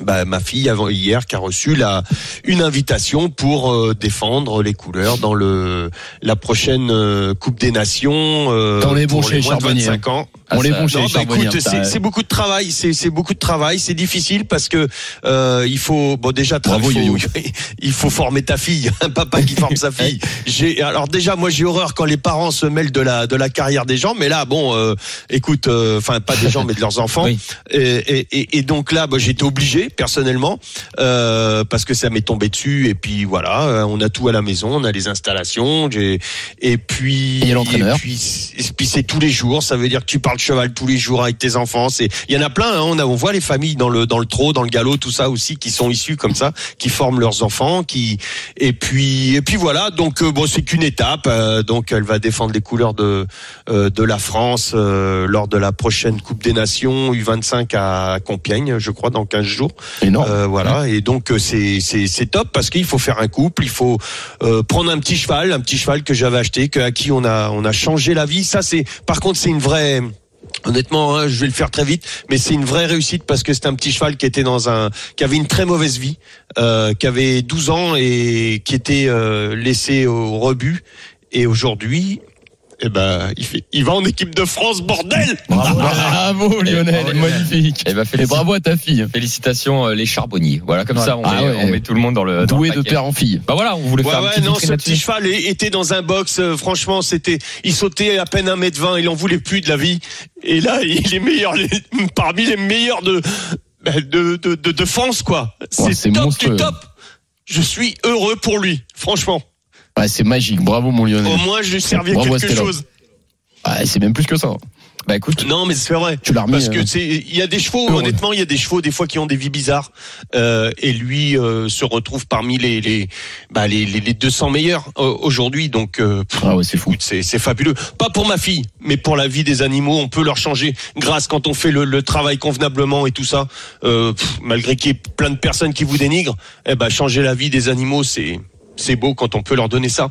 C: bah, ma fille avant hier qui a reçu la une invitation pour euh, défendre les couleurs dans le la prochaine euh, Coupe des Nations euh,
F: Dans les bons
C: pour
F: chez
C: moins de
F: Charbonnier.
C: 25 ans.
F: On les
A: ça-
F: bon chez hein,
C: Non,
F: les
C: bah,
F: charbonniers.
C: écoute, c'est c'est beaucoup de travail, c'est c'est beaucoup de travail, c'est difficil parce que euh, il faut bon déjà tra-
F: Bravo,
C: il faut-
F: Yoyo.
C: il faut former ta fille, hein, un papa qui forme sa fille. J'ai alors déjà moi j'ai horreur quand les parents se mêlent de la de la carrière des gens, mais là bon euh, écoute euh, enfin pas des gens mais de leurs enfants
A: Oui.
C: et, et, et- et donc là bah, j'étais obligé personnellement euh, parce que ça m'est tombé dessus et puis voilà euh, on a tout à la maison, on a les installations, j'ai et puis
F: Et il y a l'entraîneur.
C: et puis, et puis c'est tous les jours. Ça veut dire que tu parles cheval tous les jours avec tes enfants. C'est il y en a plein. hein. on a- on voit les familles dans le dans le trot, dans le galop, tout ça aussi qui sont issus comme ça, qui forment leurs enfants, qui et puis et puis voilà. Donc euh, bon, c'est qu'une étape. euh, donc elle va défendre les couleurs de euh, de la France euh, lors de la prochaine Coupe des Nations U25 à Compiègne, je crois, dans 15 jours.
F: Énorme.
C: Euh, voilà. Et donc euh, c'est c'est c'est top parce qu'il faut faire un couple, il faut euh, prendre un petit cheval, un petit cheval que j'avais acheté, que, à qui on a on a changé la vie. Ça c'est par contre c'est une vraie Honnêtement, hein, je vais le faire très vite, mais c'est une vraie réussite parce que c'est un petit cheval qui était dans un, qui avait une très mauvaise vie, euh, qui avait 12 ans et qui était euh, laissé au rebut. Et aujourd'hui, eh ben, il, fait, il va en équipe de France, bordel
B: Bravo.
F: Bravo
C: Oh,
F: Lionel,
A: Bravo, Oh, Lionel.
F: magnifique.
A: Eh ben,
F: Et
A: félici-
F: bravo à ta fille,
A: Félicitations euh, les charbonniers. Voilà comme
B: Ouais.
A: ça on,
F: Ah
A: met,
F: ouais.
A: on met tout le monde dans le dans le
F: doué de
A: paquet.
F: père en fille.
A: Bah voilà, on voulait
C: Ouais,
A: faire un
C: ouais,
A: petit
C: non,
A: vitrine
C: ce
A: là-dessus.
C: petit cheval é- était dans un box. euh, franchement, c'était, il sautait à peine 1m20, il en voulait plus de la vie. Et là, il est meilleur, les- parmi les meilleurs de, bah, de, de, de, de France, quoi.
F: Ouais,
C: c'est
F: c'est
C: top
F: monstrueux.
C: du top. Je suis heureux pour lui, franchement.
F: Ouais, c'est magique, bravo mon
C: Au
F: Lionel.
C: moins, je lui servais
F: Bravo à
C: quelque
F: Stellan.
C: chose.
F: Ouais, c'est même plus que ça. hein.
A: Bah écoute,
C: Non, mais c'est vrai.
F: Tu l'as remis.
C: Parce
F: euh,
C: que c'est, il y a des chevaux.
F: Heureux.
C: Honnêtement, il y a des chevaux des fois qui ont des vies bizarres. Euh, et lui euh, se retrouve parmi les les bah, les, les, les 200 meilleurs euh, aujourd'hui. Donc euh, pff,
F: Ah ouais, c'est fou.
C: écoute, c'est c'est fabuleux. Pas pour ma fille, mais pour la vie des animaux. On peut leur changer grâce quand on fait le, le travail convenablement et tout ça. Euh, pff, malgré qu'il y ait plein de personnes qui vous dénigrent, eh ben changer la vie des animaux, c'est c'est beau quand on peut leur donner ça.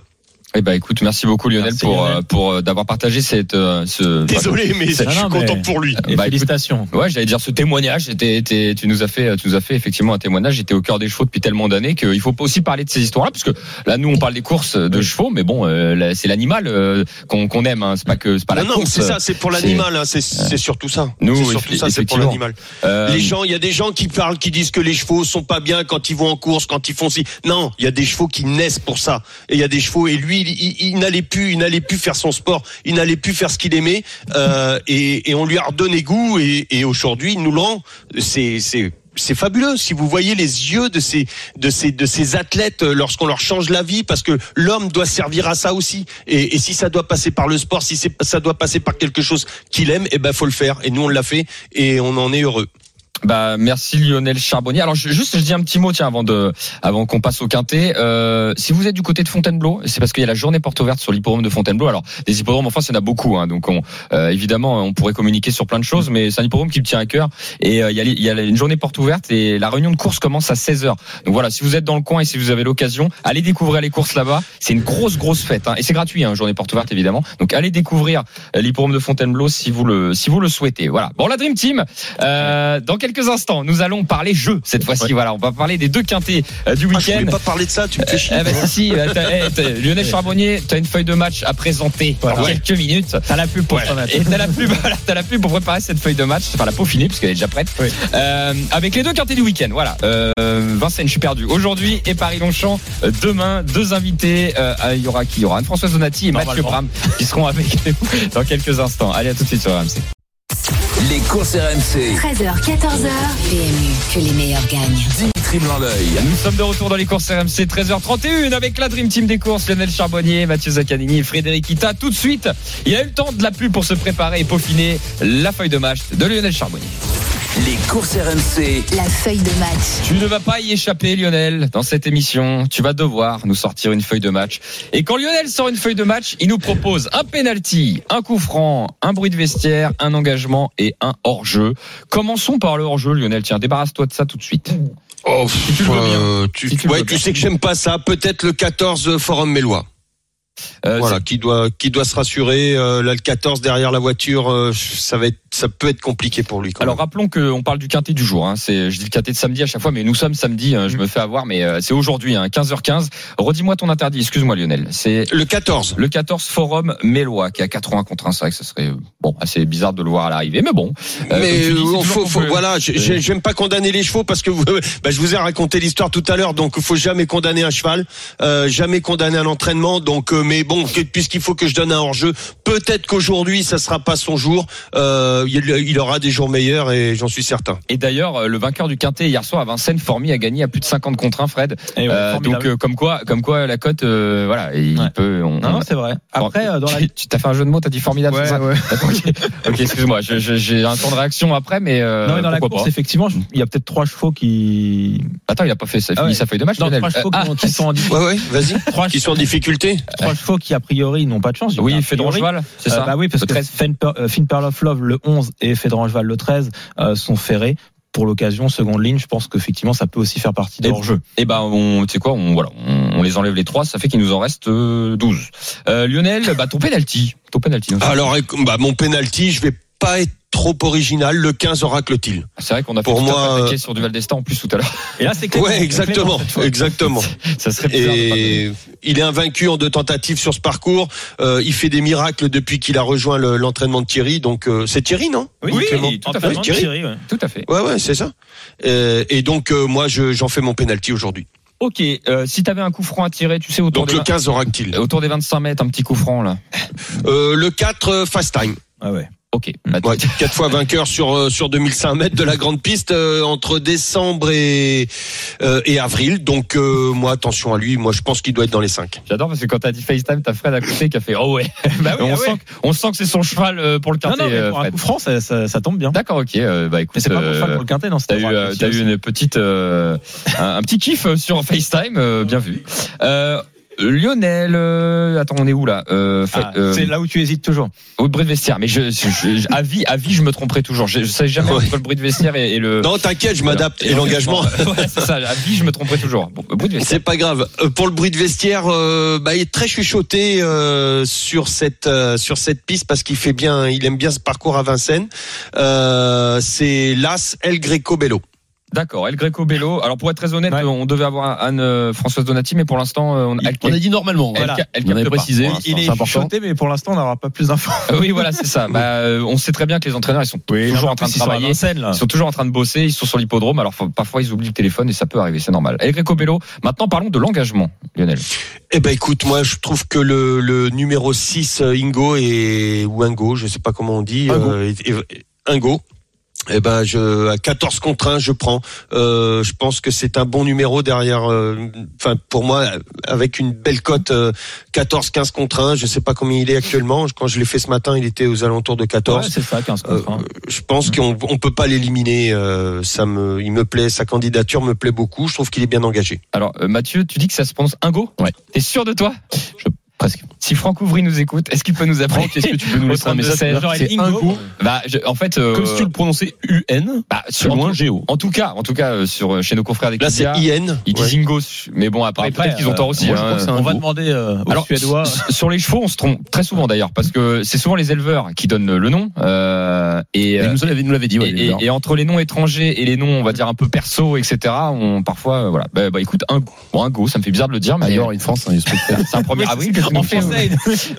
A: eh ben écoute, merci beaucoup Lionel
B: Merci,
A: pour
B: Lionel.
A: euh, pour euh, d'avoir partagé cette euh, ce
C: Désolé, mais je suis
B: Non, non, mais-
C: content pour lui.
B: Et
A: Bah, écoute,
B: félicitations.
A: Ouais, j'allais dire ce témoignage. t'es- t'es- tu nous as fait, euh, tu nous as fait effectivement un témoignage. J'étais au cœur des chevaux depuis tellement d'années qu'il faut pas aussi parler de ces histoires-là, parce que là, nous, on parle des courses de chevaux, mais bon, euh, là, c'est l'animal euh, qu'on qu'on aime. Hein, c'est pas que c'est pas la
C: non, non,
A: course.
C: c'est ça, c'est pour
A: c'est-
C: l'animal, hein, c'est c'est surtout ça.
A: Nous,
C: c'est surtout
A: effe-
C: ça, c'est pour
A: effectivement.
C: l'animal.
A: Euh,
C: Les gens, il y a des gens qui parlent, qui disent que les chevaux sont pas bien quand ils vont en course, quand ils font ci. Non, il y a des chevaux qui naissent pour ça. Et il y a des chevaux. Et lui, il, il- il n'allait plus, il n'allait plus faire son sport, il n'allait plus faire ce qu'il aimait. euh, et, et on lui a redonné goût. Et, et aujourd'hui, il nous l'en. C'est, c'est, c'est fabuleux si vous voyez les yeux de ces de ces de ces athlètes euh, lorsqu'on leur change la vie parce que l'homme doit servir à ça aussi et, et si ça doit passer par le sport si c'est, ça doit passer par quelque chose qu'il aime eh ben faut le faire et nous on l'a fait et on en est heureux
A: Bah merci Lionel Charbonnier. Alors je- juste je dis un petit mot tiens avant de avant qu'on passe au quintet. Euh, si vous êtes du côté de Fontainebleau, c'est parce qu'il y a la journée porte ouverte sur l'hippodrome de Fontainebleau. Alors des hippodromes en France, il y en a beaucoup hein, donc on euh, évidemment on pourrait communiquer sur plein de choses mais c'est un hippodrome qui me tient à cœur et euh, il y a les- il y a une journée porte ouverte et la réunion de course commence à 16h. Donc voilà, si vous êtes dans le coin et si vous avez l'occasion, allez découvrir les courses là-bas. C'est une grosse grosse fête hein. et c'est gratuit hein, journée porte ouverte évidemment. Donc allez découvrir euh, l'hippodrome de Fontainebleau si vous le si vous le souhaitez. Voilà. Bon la Dream Team euh, dans quelques instants, nous allons parler jeu cette fois-ci. Voilà, on va parler des deux quintés euh, du
C: Ah, je
A: week-end.
C: voulais pas parler de ça, tu me fais chier.
A: Eh ben si, si, euh, t'as- eh, t'as- Lionel Charbonnier, tu as une feuille de match à présenter dans
B: Ouais.
A: quelques minutes.
B: T'as la pub pour
A: Ouais.
B: ton attaque.
A: Et t'as la pub, voilà, t'as la pub pour préparer cette feuille de match, enfin la peau finie parce qu'elle est déjà prête.
B: Oui.
A: Euh, avec les deux quintés du week-end, voilà. Euh, Vincennes, je suis perdu. Aujourd'hui et Paris-Longchamp. Euh, Demain, deux invités. Euh, ah, Il y aura qui Il y aura Anne-Françoise Donati et Mathieu Bram
B: Normalement.
A: qui seront avec nous dans quelques instants. Allez, à tout de suite sur RMC.
D: Les courses RMC.
E: 13h, 14h, PMU, que les meilleurs gagnent.
D: Dimitri Blanc-L'œil.
A: Nous sommes de retour dans les courses RMC 13h31 avec la Dream Team des courses, Lionel Charbonnier, Mathieu Zaccanini et Frédéric Ita. Tout de suite, il y a eu le temps de la pluie pour se préparer et peaufiner la feuille de match de Lionel Charbonnier.
D: Les courses RMC.
E: La feuille de match.
A: Tu ne vas pas y échapper Lionel dans cette émission. Tu vas devoir nous sortir une feuille de match. Et quand Lionel sort une feuille de match, il nous propose un penalty, un coup franc, un bruit de vestiaire, un engagement et un hors-jeu. Commençons par le hors-jeu Lionel. Tiens, débarrasse-toi de ça tout de suite.
C: Oh,
A: Si tu le veux
C: euh, tu-
A: Si tu le
C: ouais,
A: veux
C: tu
A: bien.
C: sais que j'aime pas ça. Peut-être le 14 Forum Mélois.
A: Euh,
C: voilà, qui doit, qui doit se rassurer. Euh, là, le 14 derrière la voiture, euh, ça va être, ça peut être compliqué pour lui. Quand
A: Alors rappelons qu'on parle du quintet du jour. Hein. C'est, je dis le quintet de samedi à chaque fois, mais nous sommes samedi. hein, Je me fais avoir, mais euh, c'est aujourd'hui, hein, 15h15. Redis-moi ton interdit. Excuse-moi Lionel. C'est
C: même. le 14.
A: le 14 Forum Mélois qui a 80 contre 1. C'est vrai que ce serait euh, bon assez bizarre de le voir à l'arrivée, mais bon. Euh, comme tu
C: Mais
A: dis, c'est
C: euh,
A: toujours
C: faut,
A: qu'on
C: faut-
A: peut-
C: voilà, j'ai- j'ai-
A: Euh,
C: j'aime pas condamner les chevaux parce que vous- bah, je vous ai raconté l'histoire tout à l'heure, donc faut jamais condamner un cheval, euh, jamais condamner un entraînement. Donc, euh, mais bon, que- puisqu'il faut que je donne un hors jeu, peut-être qu'aujourd'hui ça sera pas son jour. Euh, il, il aura des jours meilleurs et j'en suis certain.
A: Et d'ailleurs, euh, le vainqueur du quintet hier soir à Vincennes, Formi a gagné à plus de 50 contre 1. Fred.
B: Et ouais,
A: Euh,
B: formidable.
A: donc euh, comme quoi, comme quoi la cote, euh, voilà, il
B: Ouais.
A: peut. on-
B: non, non, c'est vrai. Après, euh, dans la.
A: tu, tu t'as fait un jeu de mots, t'as dit formidable. c'est ça D'accord, ok, Ok, excuse-moi, je- je- j'ai un temps de réaction après, mais euh,
B: Non, mais dans la
A: pourquoi
B: course, effectivement, je- il y a peut-être trois chevaux qui.
A: pas Attends, il a pas fait ça,
B: Ah
A: fini
B: ouais.
A: sa feuille de match.
B: Non,
A: Lionel.
B: trois chevaux
A: Euh, ah,
B: qui ont- qui sont en
C: Ouais, ouais, vas-y.
B: trois
C: Qui sont en difficulté.
B: trois chevaux qui a priori n'ont pas de chance.
A: ah, oui,
B: A
A: il fait
B: priori,
A: Drangeval, c'est
B: euh,
A: ça.
B: Bah oui, parce
A: Le
B: que
A: 13.
B: Finn Per- euh, Finn Pearl of Love le 11 et Fedrangeval le 13 euh, sont ferrés pour l'occasion. Seconde ligne, je pense qu'effectivement, ça peut aussi faire partie de
A: Et-
B: leur jeu.
A: Et ben, on, tu sais quoi, on, voilà, on, on les enlève les trois, ça fait qu'il nous en reste euh, 12. Euh, Lionel, bah ton penalty, ton penalty. non, ça.
C: Ah, Alors, éc- bah, mon penalty, je vais pas être trop original. Le 15 aura Clotilde.
A: C'est vrai qu'on a fait
C: Pour
A: tout un
C: moi,
A: attaqué
C: euh,
A: sur du Val d'Estaing en plus tout à l'heure.
B: Et là, c'est Clément.
C: Ouais, exactement,
B: Clément, cette fois.
C: exactement.
A: Ça serait bizarre. de pas-
C: Et il est invaincu en deux tentatives sur ce parcours. Euh, il fait des miracles depuis qu'il a rejoint le- l'entraînement de Thierry. Donc euh, c'est Thierry, non
A: Oui,
B: Clément.
A: tout à
B: En
A: fait.
B: parlant de
C: Ah, Thierry.
B: Thierry, ouais.
A: Tout à fait.
C: Ouais, ouais, c'est ça. Euh, et donc euh, moi, je- j'en fais mon penalty aujourd'hui.
A: Ok, euh, si t'avais un coup franc à tirer, tu sais, autour,
C: Donc
A: des,
C: le 15 aura Clotilde.
A: autour des 25 mètres, un petit coup franc là.
C: Euh, le 4 euh, fast time.
B: Ah ouais.
A: Ok. Bah,
C: Ouais, quatre fois vainqueur sur euh, sur 2005 mètres de la grande piste euh, entre décembre et euh, et avril. Donc euh, moi attention à lui. Moi je pense qu'il doit être dans les 5
A: J'adore parce que quand t'as dit FaceTime, t'as Fred à côté qui a fait Oh ouais.
B: oui,
A: on,
B: ah
A: sent,
B: ouais.
A: que- on sent que c'est son cheval euh, pour le
B: Non,
A: quartier.
B: non, mais
A: euh,
B: pour un
A: Fred.
B: coup franc, ça, ça, ça tombe bien.
A: D'accord, ok. euh, bah écoute,
B: Mais c'est pas pour
A: euh,
B: ça pour le quintet, non.
A: T'as eu, euh, t'as eu une petite, euh, un, un petit kiff euh, sur FaceTime, euh, bien vu. Euh, Lionel, euh, attends, on est où là euh, fa- euh,
B: Ah, C'est là où tu hésites toujours.
A: au bruit de vestiaire, mais je, je, je- à vie, à vie, je me tromperai toujours. Je, je sais jamais
C: Ouais.
A: entre le bruit de vestiaire et, et le.
C: Non t'inquiète, je m'adapte. Et l'engagement.
A: Ouais, c'est ça. À vie, je me tromperai toujours. Bon, bruit de vestiaire.
C: C'est pas grave. Euh, Pour le bruit de vestiaire, euh, bah, il est très chuchoté euh, sur cette euh, sur cette piste parce qu'il fait bien, il aime bien ce parcours à Vincennes. Euh, c'est l'as El Greco Bello.
A: D'accord. El Greco Bello. Alors pour être très honnête,
B: Ouais.
A: on devait avoir Anne euh, Françoise Donati, mais pour l'instant, euh, on
F: Il-
A: elle-
F: on a dit normalement.
A: elle-
F: voilà.
A: elle- elle
F: on avait
A: capte pas,
F: précisé.
A: pour l'instant.
B: Il
F: c'est
B: est
F: important.
B: chuchoté, mais pour l'instant, on n'aura pas plus d'infos.
A: Ah Oui, voilà, c'est ça. Bah, euh, on sait très bien que les entraîneurs, ils sont toujours en train de travailler.
B: scène, là.
A: Ils sont toujours en train de bosser, ils sont sur l'hippodrome. Alors faut- parfois ils oublient le téléphone et ça peut arriver, c'est normal. El Greco Bello, maintenant parlons de l'engagement, Lionel.
C: Eh ben écoute, moi je trouve que le, le numéro 6 euh, Ingo et ou Ingo, je sais pas comment on dit,
B: Ingo.
C: euh, et- et- Ingo. Eh ben je à 14 contre 1, je prends. Euh, je pense que c'est un bon numéro derrière euh, enfin pour moi avec une belle cote euh, 14 15 contre 1, je sais pas combien il est actuellement, Je- quand je l'ai fait ce matin, il était aux alentours de 14.
B: Ouais, c'est ça, hein. 15 contre un.
C: Euh, je pense qu'on on peut pas l'éliminer, euh, ça me il me plaît, sa candidature me plaît beaucoup, je trouve qu'il est bien engagé.
A: Alors euh, Mathieu, tu dis que ça se prononce Ingo
F: Ouais.
A: T'es sûr de toi
F: Je- presque.
A: Si Franck Ouvry nous écoute, est-ce qu'il peut nous apprendre
F: Franck, est-ce que tu peux nous laisser un message C'est un coup.
A: Bah, je- en fait, euh,
F: Comme si tu le prononçais UN,
A: bah,
F: c'est
A: sur, en,
F: loin
A: tout,
F: Géo.
A: en tout cas, en tout cas euh, sur euh, chez nos confrères des
C: Là c'est
A: Kizia,
C: IN.
A: ils
C: ouais.
A: disent Ingo, mais bon après,
B: Après, euh,
A: peut-être qu'ils ont tort aussi.
F: moi, je
A: hein.
F: crois que c'est un
B: On va
F: go.
B: demander euh, aux
A: Alors,
B: Suédois.
A: s- sur les chevaux, on se trompe très souvent d'ailleurs, parce que c'est souvent les éleveurs qui donnent le nom. euh, et, euh,
F: Il nous l'avait nous l'avait dit. ouais,
A: et, et- et entre les noms étrangers et les noms, on va dire un peu perso, etc. On parfois, euh, voilà. Bah, bah, écoute, un go. Bon, un go, ça me fait bizarre de le dire, mais
F: D'ailleurs, une France, hein, un
A: c'est un premier Ah
B: Oui,
A: avril. que tu
B: En
A: nous fais,
B: français,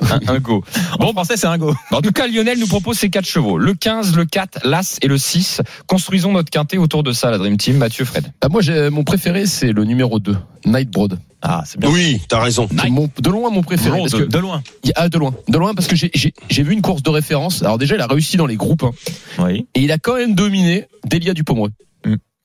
A: euh, un, un go.
B: en français, c'est un go.
A: En tout cas, Lionel nous propose ses quatre chevaux le 15, le 4, l'As et le 6. Construisons notre quintet autour de ça, la Dream Team. Mathieu, Fred.
F: Bah, moi, j'ai- mon préféré, c'est le numéro 2, Nightbroad.
B: Ah, c'est
C: Oui, t'as raison.
F: C'est mon- de loin, mon préféré. parce que-
B: de loin.
F: ah, de loin. De loin, parce que j'ai- j'ai j'ai vu une course de référence. Alors, déjà, il a réussi dans les groupes. hein.
B: Oui.
F: et il a quand même dominé Delia Dupomereux.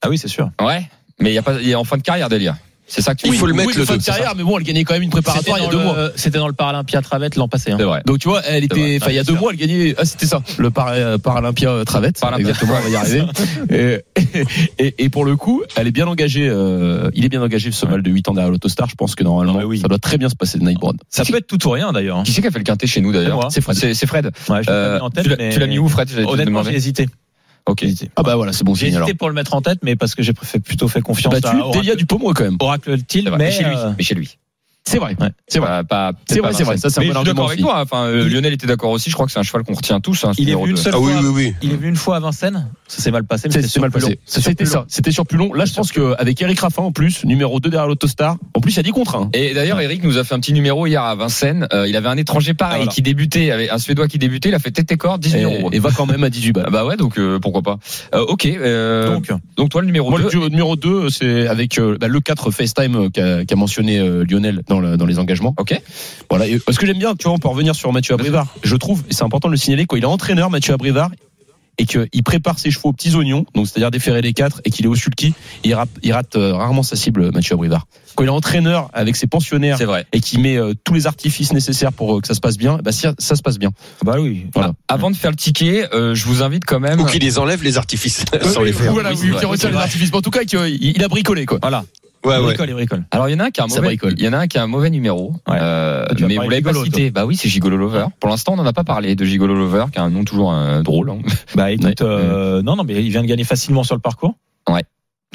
B: Ah oui, c'est sûr.
A: Ouais. Mais il y a pas, il est en fin de carrière, Delia. C'est ça que tu
C: Il
A: dis.
C: faut le mettre,
F: Oui,
C: le
F: fin de
C: deux, c'est
F: carrière, Ah, mais bon, elle gagnait quand même une préparatoire il y a deux mois.
B: C'était dans le Paralympia Travette l'an passé.
A: C'est vrai.
F: Donc tu vois, elle
A: C'est vrai.
F: était, enfin il y a
A: Ouais,
F: deux
A: c'est
F: mois, elle gagnait. Ah c'était ça, le Par- euh, Paralympia euh, Travette.
A: Paralympia.
F: Exactement, on va y arriver. et, et- et pour le coup, elle est bien engagée. euh, il est bien engagé ce mal de 8 ans derrière l'autostar. Je pense que normalement,
B: Ah, mais oui.
F: ça doit très bien se passer de Nightbroad.
B: Ça peut être tout ou rien d'ailleurs.
A: Qui c'est qui a fait le quintet chez nous
B: C'est
A: d'ailleurs
B: moi.
A: C'est Fred. C'est c'est Fred.
B: Ouais, je l'ai pas
A: Euh,
B: mis en tête,
A: tu l'as-
B: mais
A: tu l'as mis où, Fred J'allais te
B: Honnêtement,
A: demander.
B: j'ai hésité.
A: Ok.
B: J'ai hésité.
F: Ah bah voilà, c'est bon
B: J'ai
F: signe alors.
B: hésité pour le mettre en tête, mais parce que j'ai préfé- plutôt fait confiance
F: Battu,
B: à Oracle,
F: Delia Dupomereux quand même.
B: Oracle Till,
A: C'est vrai.
B: mais
A: Mais chez lui.
B: euh,
A: Mais chez lui.
F: C'est vrai.
A: C'est vrai, pas, peut-être
F: C'est vrai,
A: pas
F: c'est vrai.
A: Vincennes.
F: Ça, c'est un
A: Mais
F: bon
A: je suis
F: argument
A: d'accord avec
F: aussi.
A: toi. Enfin, euh, Lionel était d'accord aussi. Je crois que c'est un cheval qu'on retient tous. Hein, ce
B: il est
A: numéro
B: venu une
A: deux.
B: seule
C: Ah oui,
B: fois.
C: oui, oui.
B: Il est venu une fois à Vincennes. Ça s'est mal passé, mais
F: C'est-
B: c'était
F: C'est
B: sur
F: mal
B: plus
F: passé.
B: long. Sur
F: C'était
B: plus
F: ça.
B: long.
F: C'était sur plus long. Là, je pense qu'avec Eric Raffin en plus, numéro 2 derrière l'autostar. En plus, il y a hein. 10 contre 1.
A: Et d'ailleurs, Eric nous a fait un petit numéro hier à Vincennes. Euh, il avait un étranger pareil
B: Ah, voilà.
A: qui débutait, avec un Suédois qui débutait. Il a fait tête et corps, 18 euros.
F: Et, et va quand même à 18 balles.
A: Ah bah ouais, donc euh, pourquoi pas. Euh, ok, euh, donc,
B: Donc,
A: toi le numéro
F: Moi,
A: 2.
F: le duo numéro 2, c'est avec euh, bah, le 4 FaceTime euh, qu'a qu'a mentionné euh, Lionel dans, le- dans les engagements.
A: Ok.
F: Voilà. Et, ce que j'aime bien, tu vois, on peut revenir sur Mathieu Abrivard. Je trouve, et c'est important de le signaler, quand il est entraîneur, Mathieu Abrivard, et qu'il prépare ses chevaux aux petits oignons, donc c'est-à-dire déférer les 4, et qu'il est au sulky, il rate, il rate euh, rarement sa cible, Mathieu Abrivard. Quand il est entraîneur avec ses pensionnaires,
A: C'est vrai.
F: et qu'il met euh, tous les artifices nécessaires pour euh, que ça se passe bien, bah, si, ça se passe bien.
B: bah oui.
F: Voilà.
A: Ah, Avant de faire le ticket, euh, je vous invite quand même. euh,
C: Ou qu'il les enlève les artifices sans les faire.
F: Voilà,
A: Oui,
F: oui,
A: c'est vrai.
F: qui retient
A: C'est
F: les
A: vrai.
F: artifices. Mais En tout cas, qu'il- il a bricolé, quoi.
B: Voilà.
C: bah Ouais,
B: Il
C: ouais.
B: bricole, il bricole.
A: Alors il y en a un qui a un
F: Ça
A: mauvais,
F: bricole.
A: il y en a un qui a un mauvais numéro,
B: Ouais.
A: euh,
B: Toi, tu vas
A: mais vous
B: parler de
A: l'avez pas
B: Gigolo,
A: cité. Bah oui, c'est Gigolo Lover. Pour l'instant, on n'en a pas parlé de Gigolo Lover, qui a un nom toujours euh, drôle. hein.
B: Bah écoute,
A: Ouais.
B: euh, non, non, mais il vient de gagner facilement sur le parcours.
A: Enfin,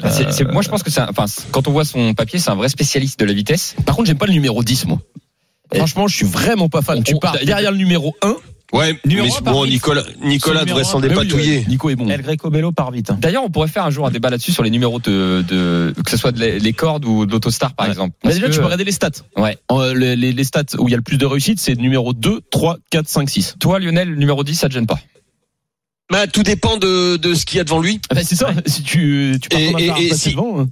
A: Ah, c'est- c'est-
B: Euh,
A: moi, je pense que c'est, un- enfin, c'est- quand on voit son papier, c'est un vrai spécialiste de la vitesse.
F: Par contre, j'aime pas le numéro 10, moi. Franchement, je Eh, suis vraiment pas fan.
A: On-
F: tu pars
A: on-
F: derrière le numéro 1
C: Ouais,
A: Numéro un
C: mais
A: par
C: bon,
A: mille.
C: Nicolas, Nicolas
B: le numéro
C: devrait s'en
B: un. Mais oui,
C: dépatouiller.
F: bah euh, Nico est bon.
B: El Greco Bello part vite. hein.
A: D'ailleurs, on pourrait faire un jour un débat là-dessus sur les numéros de, de- que ce soit de les, les cordes ou de l'autostar par
F: Ouais.
A: exemple.
F: Mais
A: Parce
F: déjà,
A: que-
F: tu peux regarder les stats.
A: Ouais.
F: Euh, les, les- les stats où il y a le plus de réussite, c'est numéro 2, 3, 4, 5, 6.
A: Toi, Lionel, le numéro 10, ça te gêne pas.
C: Bah, tout dépend de, de ce qu'il y a devant lui.
F: c'est ça. Si tu, tu pars
C: Et-
F: ton
C: et-
F: affaire
C: et
F: passer
C: si-
F: devant, hein.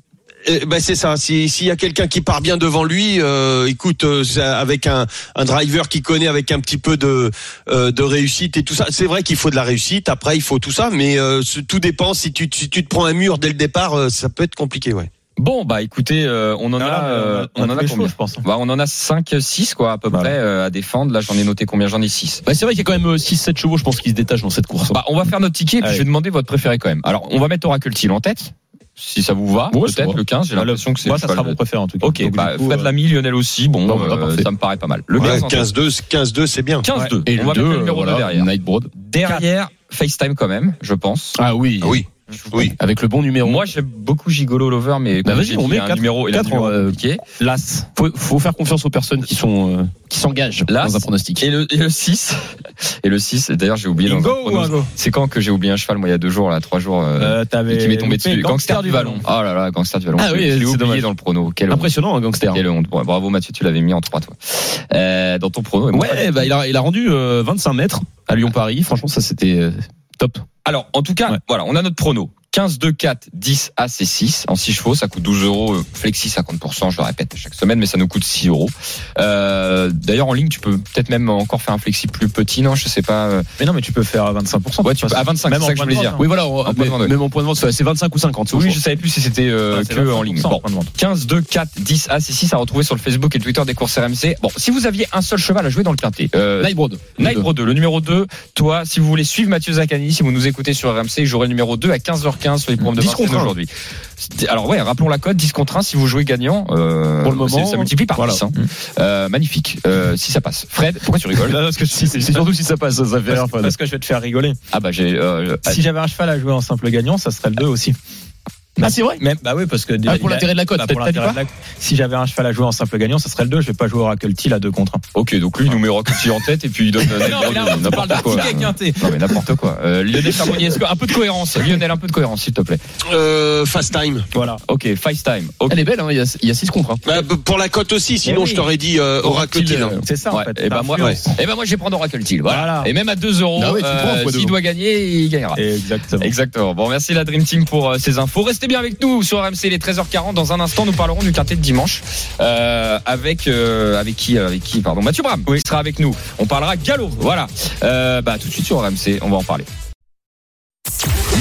C: Eh ben c'est ça. Si- S'il y a quelqu'un qui part bien devant lui, euh, écoute, euh, ça- avec un, un driver qui connaît, avec un petit peu de euh, de réussite et tout ça, c'est vrai qu'il faut de la réussite. Après, il faut tout ça, mais euh, ce- tout dépend. Si tu si tu te prends un mur dès le départ, euh, ça peut être compliqué, ouais.
A: Bon, bah écoutez, euh, on en a, euh, on, en
B: tous
A: a
B: les
A: combien
B: chevaux, je pense.
A: Bah, on en a 5, 6 quoi, à peu
B: Voilà.
A: près euh, à défendre. Là, j'en ai noté combien J'en ai 6.
F: Bah, c'est vrai qu'il y a quand même 6-7 chevaux, je pense, qui se détachent dans cette course. hein.
A: Bah, on va faire notre ticket, et puis
B: Allez.
A: je vais demander votre préféré quand même. Alors, on va mettre Oracle Teal en tête, si ça vous va.
F: Ouais, ça
A: Peut-être
F: va. Ah,
A: le 15, j'ai
B: Bah, le-
A: l'impression que c'est
B: Moi,
A: le
B: ça
A: cheval
B: sera
A: de-
B: mon préféré en tout cas.
A: Ok,
B: Donc, du
A: bah,
B: coup,
A: Fred
B: euh,
A: Lamy, Lionel aussi. Bon,
F: Bon, bah,
A: euh,
F: parfait.
A: ça me paraît pas mal. Le hein.
C: Ouais,
A: 15, en tête.
C: 15-2, 15-2, c'est bien.
A: 15-2.
F: Et
A: on
F: le
A: va
F: 2,
A: mettre le numéro 2 derrière.
F: Nightbroad.
A: Derrière, FaceTime quand même, je pense.
F: Ah oui.
C: Ah oui. Oui.
F: Avec le bon numéro.
A: Moi, j'aime beaucoup Gigolo Lover, mais
F: Bah,
A: comme
F: vas-y,
A: j'ai
F: on
A: dit,
F: met
A: un
F: quatre-
A: numéro et la
F: quatre,
A: numéro
F: euh,
A: compliqué.
F: l'As. Faut, faut faire confiance aux personnes qui sont, euh, qui s'engagent
A: L'As.
F: dans un pronostic.
A: Et le, et le 6. Et le 6, et d'ailleurs, j'ai oublié dans un
B: Ingo ou
A: pronostic.
B: Ingo
A: C'est quand que j'ai oublié un cheval, moi, il y a deux jours, là, trois jours, euh,
B: Euh,
A: et
B: T'avais.
A: qui m'est tombé
B: loupé
A: dessus. Gangster du Vallon. Oh là là, Gangster du Vallon.
F: Ah
A: Je-
F: oui,
A: je l'ai
F: c'est
A: oublié
F: dommage.
A: dans le prono. Quel honte.
F: Impressionnant, un gangster.
A: Quelle honte. Bon, Bravo Mathieu, tu l'avais mis en 3, toi. Euh, dans ton prono. et moi, pas
F: Ouais,
A: du
F: bah,
A: tout.
F: il a, il a rendu euh, 25 mètres à Lyon-Paris. Franchement, ça, c'était euh, top.
A: Alors, en tout cas,
F: Ouais.
A: voilà, on a notre prono. 15, 2, 4, 10, AC, 6. En 6 chevaux, ça coûte 12 euros. euh, Flexi 50%, je le répète chaque semaine, mais ça nous coûte 6 euros. Euh, D'ailleurs, en ligne, tu peux peut-être même encore faire un flexi plus petit, non Je sais pas. euh,
B: Mais non, mais tu peux faire à 25%.
A: Ouais, tu peux, à 25, c'est
B: Même
A: ça
B: en
A: que je voulais
B: point de
A: dire.
B: vente,
F: hein. Oui, voilà, on-
A: point de
F: mais-
A: vente, oui.
F: même en point de vente, c'est 25 ou 50. c'est au
A: Oui,
F: choix.
A: je savais plus si c'était euh,
F: Ah,
B: Ouais, c'est
A: que en ligne.
B: 25% en
A: Bon.
B: point de vente.
A: 15, 2, 4, 10, AC, 6 ah, à retrouver sur le Facebook et le Twitter des courses RMC. Bon, si vous aviez un seul cheval à jouer dans le quintet, euh,
F: Nightbroad.
A: Nightbro 2, le numéro 2, toi, si vous voulez suivre Mathieu Zaccani, si vous nous écoutez sur RMC, j'aurai le numéro 2 à 15h15 sur les programmes de
F: 10
A: Vincennes
F: contre un.
A: aujourd'hui. C'était- Alors ouais, rappelons la cote, 10 contre 1, si vous jouez gagnant, euh,
F: Pour le moment,
A: c'est- ça multiplie par
F: voilà. Mm.
A: 10. hein. Euh, magnifique, Euh, si ça passe. Fred, pourquoi tu rigoles
B: Non, parce que si,
F: C'est surtout si ça passe, ça, ça fait rire.
B: Parce,
F: Fred.
B: parce que je vais te faire rigoler.
A: Ah bah j'ai... euh, ah,
B: Si j'avais un cheval à jouer en simple gagnant, ça serait le 2 aussi.
F: Ah, c'est vrai
B: Même, bah oui, parce que.
F: Ah, pour
B: il a-
F: l'intérêt de la cote,
B: bah,
F: t'as
B: pour
F: t'as dit
B: l'intérêt
F: pas
B: de la- Si j'avais un cheval à jouer en simple gagnant, ça serait le 2. Je vais pas jouer Oracle Teal à 2 contre Bah, 1.
A: ok, donc lui, il nous met Rocket Team en tête et puis il donne euh, Nightbro deux, n'importe quoi.
B: bah.
A: Non mais n'importe quoi. Euh, Lionel Charbonnier, est-ce que- un peu de cohérence Lionel, un peu de cohérence, s'il te plaît.
C: Euh, fast time.
B: Voilà.
A: Ok, Five Time. Ok.
F: Elle est belle, hein, il y a- il y a 6 contre. hein.
C: Bah, b- pour la cote aussi, sinon
B: oui.
C: je t'aurais dit euh, Oracle Teal.
A: euh,
B: C'est ça, en
A: Ouais,
B: fait.
A: Et ben moi,
B: T'influences.
A: eh ben moi, je vais prendre Oracle Teal. Voilà.
B: Voilà.
A: Et même à 2 euros,
F: Bah ouais, tu
A: euh,
F: prends, fois deux.
A: s'il doit gagner, il gagnera.
B: Exactement.
A: Exactement. Bon, merci la Dream Team pour euh, ces infos. Restez bien avec nous sur RMC, les 13h40. Dans un instant, nous parlerons du quartier de dimanche euh, avec euh, avec qui euh, avec qui pardon Mathieu Bram qui sera avec nous. On parlera galop. Voilà. Euh, bah tout de suite sur RMC, on va en parler.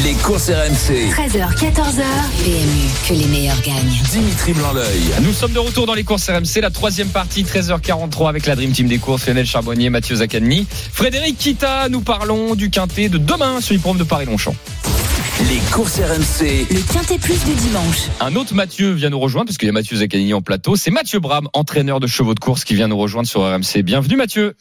D: Les courses RMC.
E: 13h, 14h, PMU, que les meilleurs gagnent.
D: Dimitri Blanc-L'œil.
A: Nous sommes de retour dans les courses RMC, la troisième partie, 13h43 avec la Dream Team des courses, Lionel Charbonnier, Mathieu Zaccani, Frédéric Kita. Nous parlons du quintet de demain sur l'hippodrome de Paris-Longchamp.
D: Les courses RMC.
E: Le Quintet Plus du dimanche.
A: Un autre Mathieu vient nous rejoindre, puisqu'il y a Mathieu Zaccanini en plateau. C'est Mathieu Bram, entraîneur de chevaux de course, qui vient nous rejoindre sur RMC. Bienvenue Mathieu.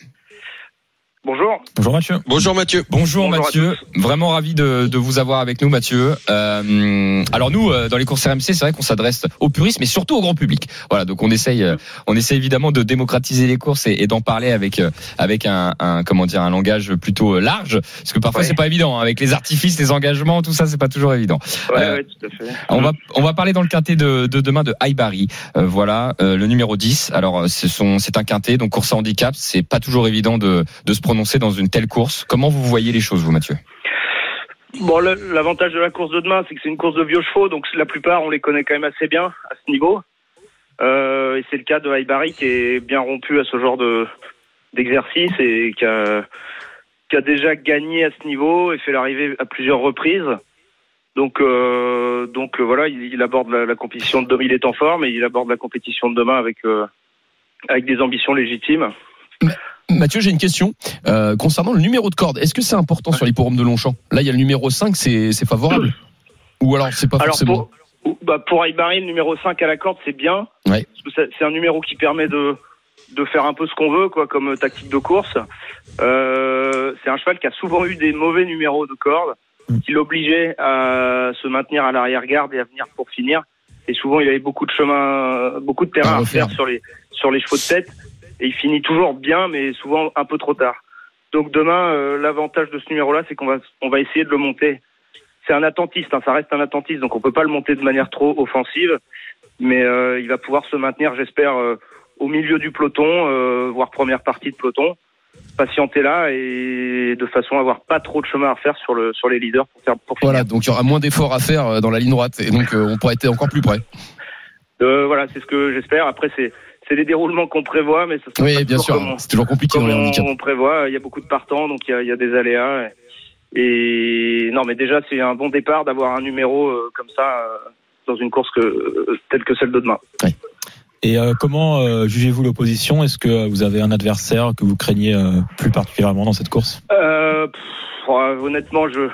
J: Bonjour.
B: Bonjour Mathieu.
C: Bonjour Mathieu.
A: Bonjour,
J: Bonjour à
A: Mathieu. Vraiment ravi de, de vous avoir avec nous Mathieu. Euh, alors nous, euh, dans les courses RMC, c'est vrai qu'on s'adresse aux puristes, mais surtout au grand public. Voilà, donc on essaye, euh, on essaye évidemment de démocratiser les courses et, et d'en parler avec euh, avec un, un, comment dire un langage plutôt euh, large, parce que parfois
J: Ouais.
A: c'est pas évident hein, avec les artifices, les engagements, tout ça, c'est pas toujours évident.
J: Ouais,
A: Euh,
J: ouais, tout à fait.
A: On va, on va parler dans le quintet de, de demain de Haibari. Euh, voilà, euh, le numéro 10. Alors, euh, ce sont, c'est un quintet, donc course à handicap. C'est pas toujours évident de, de se prononcer dans une telle course. Comment vous voyez les choses, vous, Mathieu
G: Bon, le- l'avantage de la course de demain, c'est que c'est une course de vieux chevaux, donc la plupart, on les connaît quand même assez bien à ce niveau. Euh, et c'est le cas de Haibari qui est bien rompu à ce genre de d'exercice et qui a, qui a déjà gagné à ce niveau et fait l'arrivée à plusieurs reprises. Donc, euh, donc euh, voilà, il, il aborde la, la compétition de demain, il est en forme et il aborde la compétition de demain avec, euh, avec des ambitions légitimes.
F: Mathieu, j'ai une question euh, concernant le numéro de corde. Est-ce que c'est important sur l'hipporome de Longchamp Là, il y a le numéro 5, c'est c'est favorable Ou alors, c'est pas
G: Alors
F: forcément.
G: pour, bah pour Aibari, le numéro 5 à la corde, c'est bien.
F: Ouais.
G: Parce que c'est- C'est un numéro qui permet de, de faire un peu ce qu'on veut quoi, comme tactique de course. Euh, c'est un cheval qui a souvent eu des mauvais numéros de corde,
F: Mm.
G: qui l'obligeait à se maintenir à l'arrière-garde et à venir pour finir. Et souvent, il avait beaucoup de chemin, euh, beaucoup de
F: À
G: terrain à
F: refaire.
G: faire sur les, sur les chevaux de tête. Et il finit toujours bien, mais souvent un peu trop tard. Donc demain, euh, l'avantage de ce numéro-là, c'est qu'on va, on va essayer de le monter. C'est un attentiste, hein, ça reste un attentiste, donc on peut pas le monter de manière trop offensive, mais euh, il va pouvoir se maintenir, j'espère, euh, au milieu du peloton, euh, voire première partie de peloton, patienter là et de façon à avoir pas trop de chemin à faire sur le sur les leaders pour faire pour finir.
F: Voilà, donc il y aura moins d'efforts à faire euh, dans la ligne droite et donc euh, on pourra être encore plus près.
G: Euh, voilà, c'est ce que j'espère. Après, c'est c'est les déroulements qu'on prévoit, mais ça sera
F: Oui,
G: pas
F: bien
G: toujours
F: sûr,
G: comme on-
F: hein, c'est toujours compliqué dans
G: comme
F: les
G: on,
F: handicaps.
G: on prévoit, il y a beaucoup de partants, donc il y a, il y a des aléas. Et, et non, mais déjà, c'est un bon départ d'avoir un numéro euh, comme ça euh, dans une course que, euh, telle que celle de demain.
B: Et euh, comment euh, jugez-vous l'opposition Est-ce que vous avez un adversaire que vous craignez euh, plus particulièrement dans cette course
G: Euh, pff, euh, honnêtement, je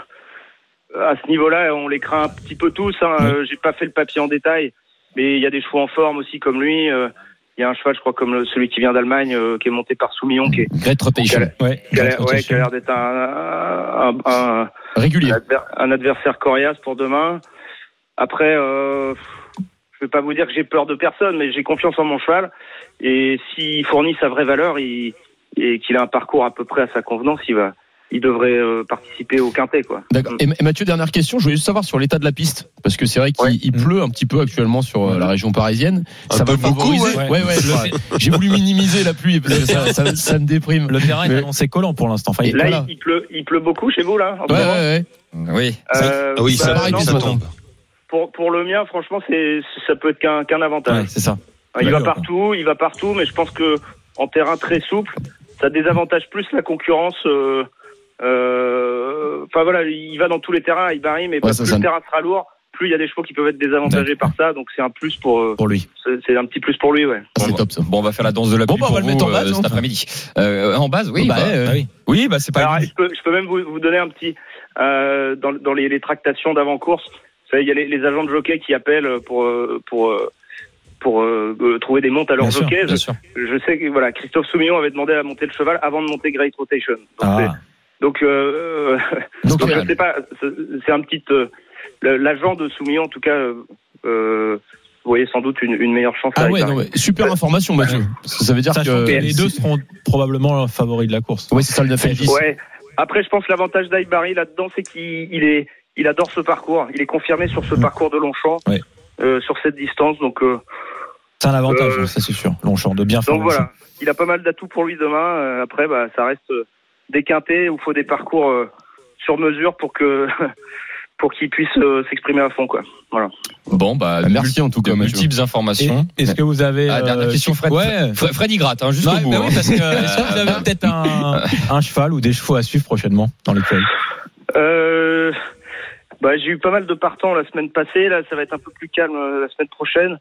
G: à ce niveau-là, on les craint un petit peu tous. Hein.
B: Ouais.
G: Euh, J'ai pas fait le papier en détail, mais il y a des chevaux en forme aussi comme lui. Euh, Il y a un cheval, je crois, comme le- celui qui vient d'Allemagne, euh, qui est monté par Soumillon, qui, est,
F: Great rotation.
G: Quel-
B: Ouais.
G: qui a l'air ouais, qui a l'air d'être un- un- un,
F: Régulier.
G: un adver- un adversaire coriace pour demain. Après, euh, je vais pas vous dire que j'ai peur de personne, mais j'ai confiance en mon cheval. Et s'il fournit sa vraie valeur il- et qu'il a un parcours à peu près à sa convenance, il va, il devrait euh, participer au quintet, quoi.
F: D'accord. Et, et Mathieu, dernière question. Je voulais juste savoir sur l'état de la piste, parce que c'est vrai qu'il
G: Ouais.
F: il pleut un petit peu actuellement sur euh, la région parisienne.
C: Un
F: ça
C: peu
F: va
C: beaucoup,
F: favoriser.
B: ouais.
F: Ouais, ouais, je- J'ai voulu minimiser la pluie parce que ça, ça- ça me déprime.
B: Le terrain est
F: Mais-
B: annoncé collant pour l'instant. Enfin,
F: Et
B: il-
G: Là,
F: voilà.
G: il, il pleut, il pleut beaucoup chez vous là. en ce
F: Ouais, ouais,
G: moment
F: ouais.
A: Oui.
G: Euh,
C: Ah oui, ça,
G: bah,
F: paraît
G: non,
F: que
C: ça
F: pour-
C: tombe.
G: pour, pour le mien, franchement, c'est, ça peut être qu'un, qu'un avantage.
B: ouais, c'est ça.
G: Ah, Il va
B: D'accord.
G: partout, il va partout, mais je pense que en terrain très souple, ça désavantage plus la concurrence. euh, euh, Enfin voilà, il va dans tous les terrains, il barille, mais
F: Ouais, ça,
G: plus
F: ça-
G: le terrain sera lourd, plus il y a des chevaux qui peuvent être désavantagés par ça. Donc c'est un plus pour, euh,
B: Pour lui.
G: c'est c'est un petit plus pour lui, ouais.
F: Ah, C'est top ça.
A: Bon, on va faire la danse de la
F: Bon,
A: pluie
F: bah, on
A: pour
F: va le
A: vous,
F: mettre en base,
A: euh,
F: hein.
A: cet après-midi. Euh, en base, oui.
B: Bah,
A: bah,
B: ouais, bah oui.
A: Oui, bah c'est pas.
G: Alors
A: une
G: je peux, je peux même vous, vous donner un petit euh, dans, dans les, les tractations d'avant course. Vous savez, il y a les, les agents de jockey qui appellent pour euh, pour euh, pour euh, euh, trouver des montes à leur
B: Bien sûr,
G: jockey.
B: bien
G: Je-
B: sûr.
G: je sais que voilà, Christophe Soumillon avait demandé à monter le cheval avant de monter Great Rotation. Donc,
B: Ah.
G: c'est- donc, euh,
F: Donc,
G: donc,
F: euh,
G: je sais pas, c'est c'est un petit euh, le- l'agent de Soumillon en tout cas. euh, euh, vous voyez sans doute une, une meilleure chance.
F: ah
G: avec
F: ouais,
G: un-
F: non, mais super information, Mathieu. Parce que Ça veut dire
B: Sachant
F: que
B: que les deux seront probablement favoris de la course.
F: Ouais, c'est ça le 9 et le 10.
G: Ouais. Après, je pense que l'avantage d'Aibari là-dedans, c'est qu'il il est, il adore ce parcours. Il est confirmé sur
F: Mm.
G: ce parcours de Longchamp,
B: Ouais.
G: euh, sur cette distance. Donc, euh,
B: C'est un avantage,
G: Euh,
B: ça c'est sûr. Longchamp de bien faire.
G: donc voilà, il a pas mal d'atouts pour lui demain. Euh, après, bah, ça reste euh, des quintés où il faut des parcours euh, sur mesure pour que pour qu'il puisse euh, s'exprimer à fond, quoi. Voilà.
F: Bon, bah,
A: Bah,
F: merci en tout
A: de
F: cas, Mathieu.
A: multiples
B: Et-
A: informations.
B: Est-ce que vous avez
A: Ah, dernière
B: euh,
A: question, Fred.
B: Ouais.
A: Fre- Fred il gratte, hein, jusqu'au
B: Ouais,
A: bout.
B: bah
A: hein.
B: oui, parce que est-ce que vous avez peut-être un, un cheval ou des chevaux à suivre prochainement dans l'école
G: Euh, bah, j'ai eu pas mal de partants la semaine passée. Là, ça va être un peu plus calme euh, la semaine prochaine.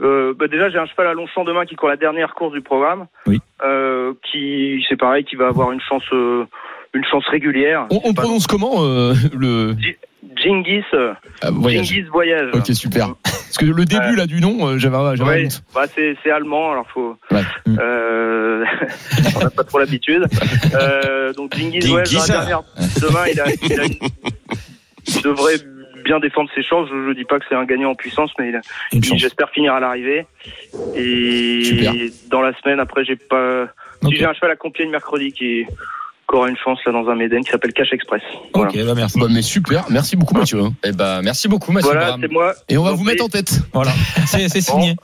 G: Euh, bah, déjà, j'ai un cheval à Longchamp demain qui court la dernière course du programme.
B: Oui.
G: Euh, qui, c'est pareil, qui va avoir une chance, euh, une chance régulière.
F: On, on prononce comment euh, le
G: Jingis, euh,
F: ah, voyage
G: Jingis voyage.
F: Ok, super. Parce que le début
G: Ouais.
F: là du nom, euh, j'avais j'avais un
G: Ouais,
F: doute.
G: bah c'est c'est allemand, alors faut.
F: Ouais.
G: Euh, on n'a pas trop l'habitude. Euh, donc Jingis, ouais, dans la
C: Djingis, hein.
G: dernière, demain il, a, il, a une- il devrait bien défendre ses chances. Je, je dis pas que c'est un gagnant en puissance, mais il a-
B: Une
G: il-
B: chance.
G: j'espère finir à l'arrivée. Et
F: Super.
G: dans la semaine après, j'ai pas.
B: Ok.
G: si J'ai un cheval à Compiègne mercredi qui qui aura une chance là dans un Méden qui s'appelle Cash Express. Voilà,
B: Ok, bah merci.
F: Bah, mais super, merci beaucoup Mathieu. hein.
A: Eh ben, merci beaucoup, Mathieu.
G: voilà
A: Brame.
G: c'est moi.
F: Et on va
G: Donc,
F: vous mettre en tête.
B: Voilà, c'est c'est signé.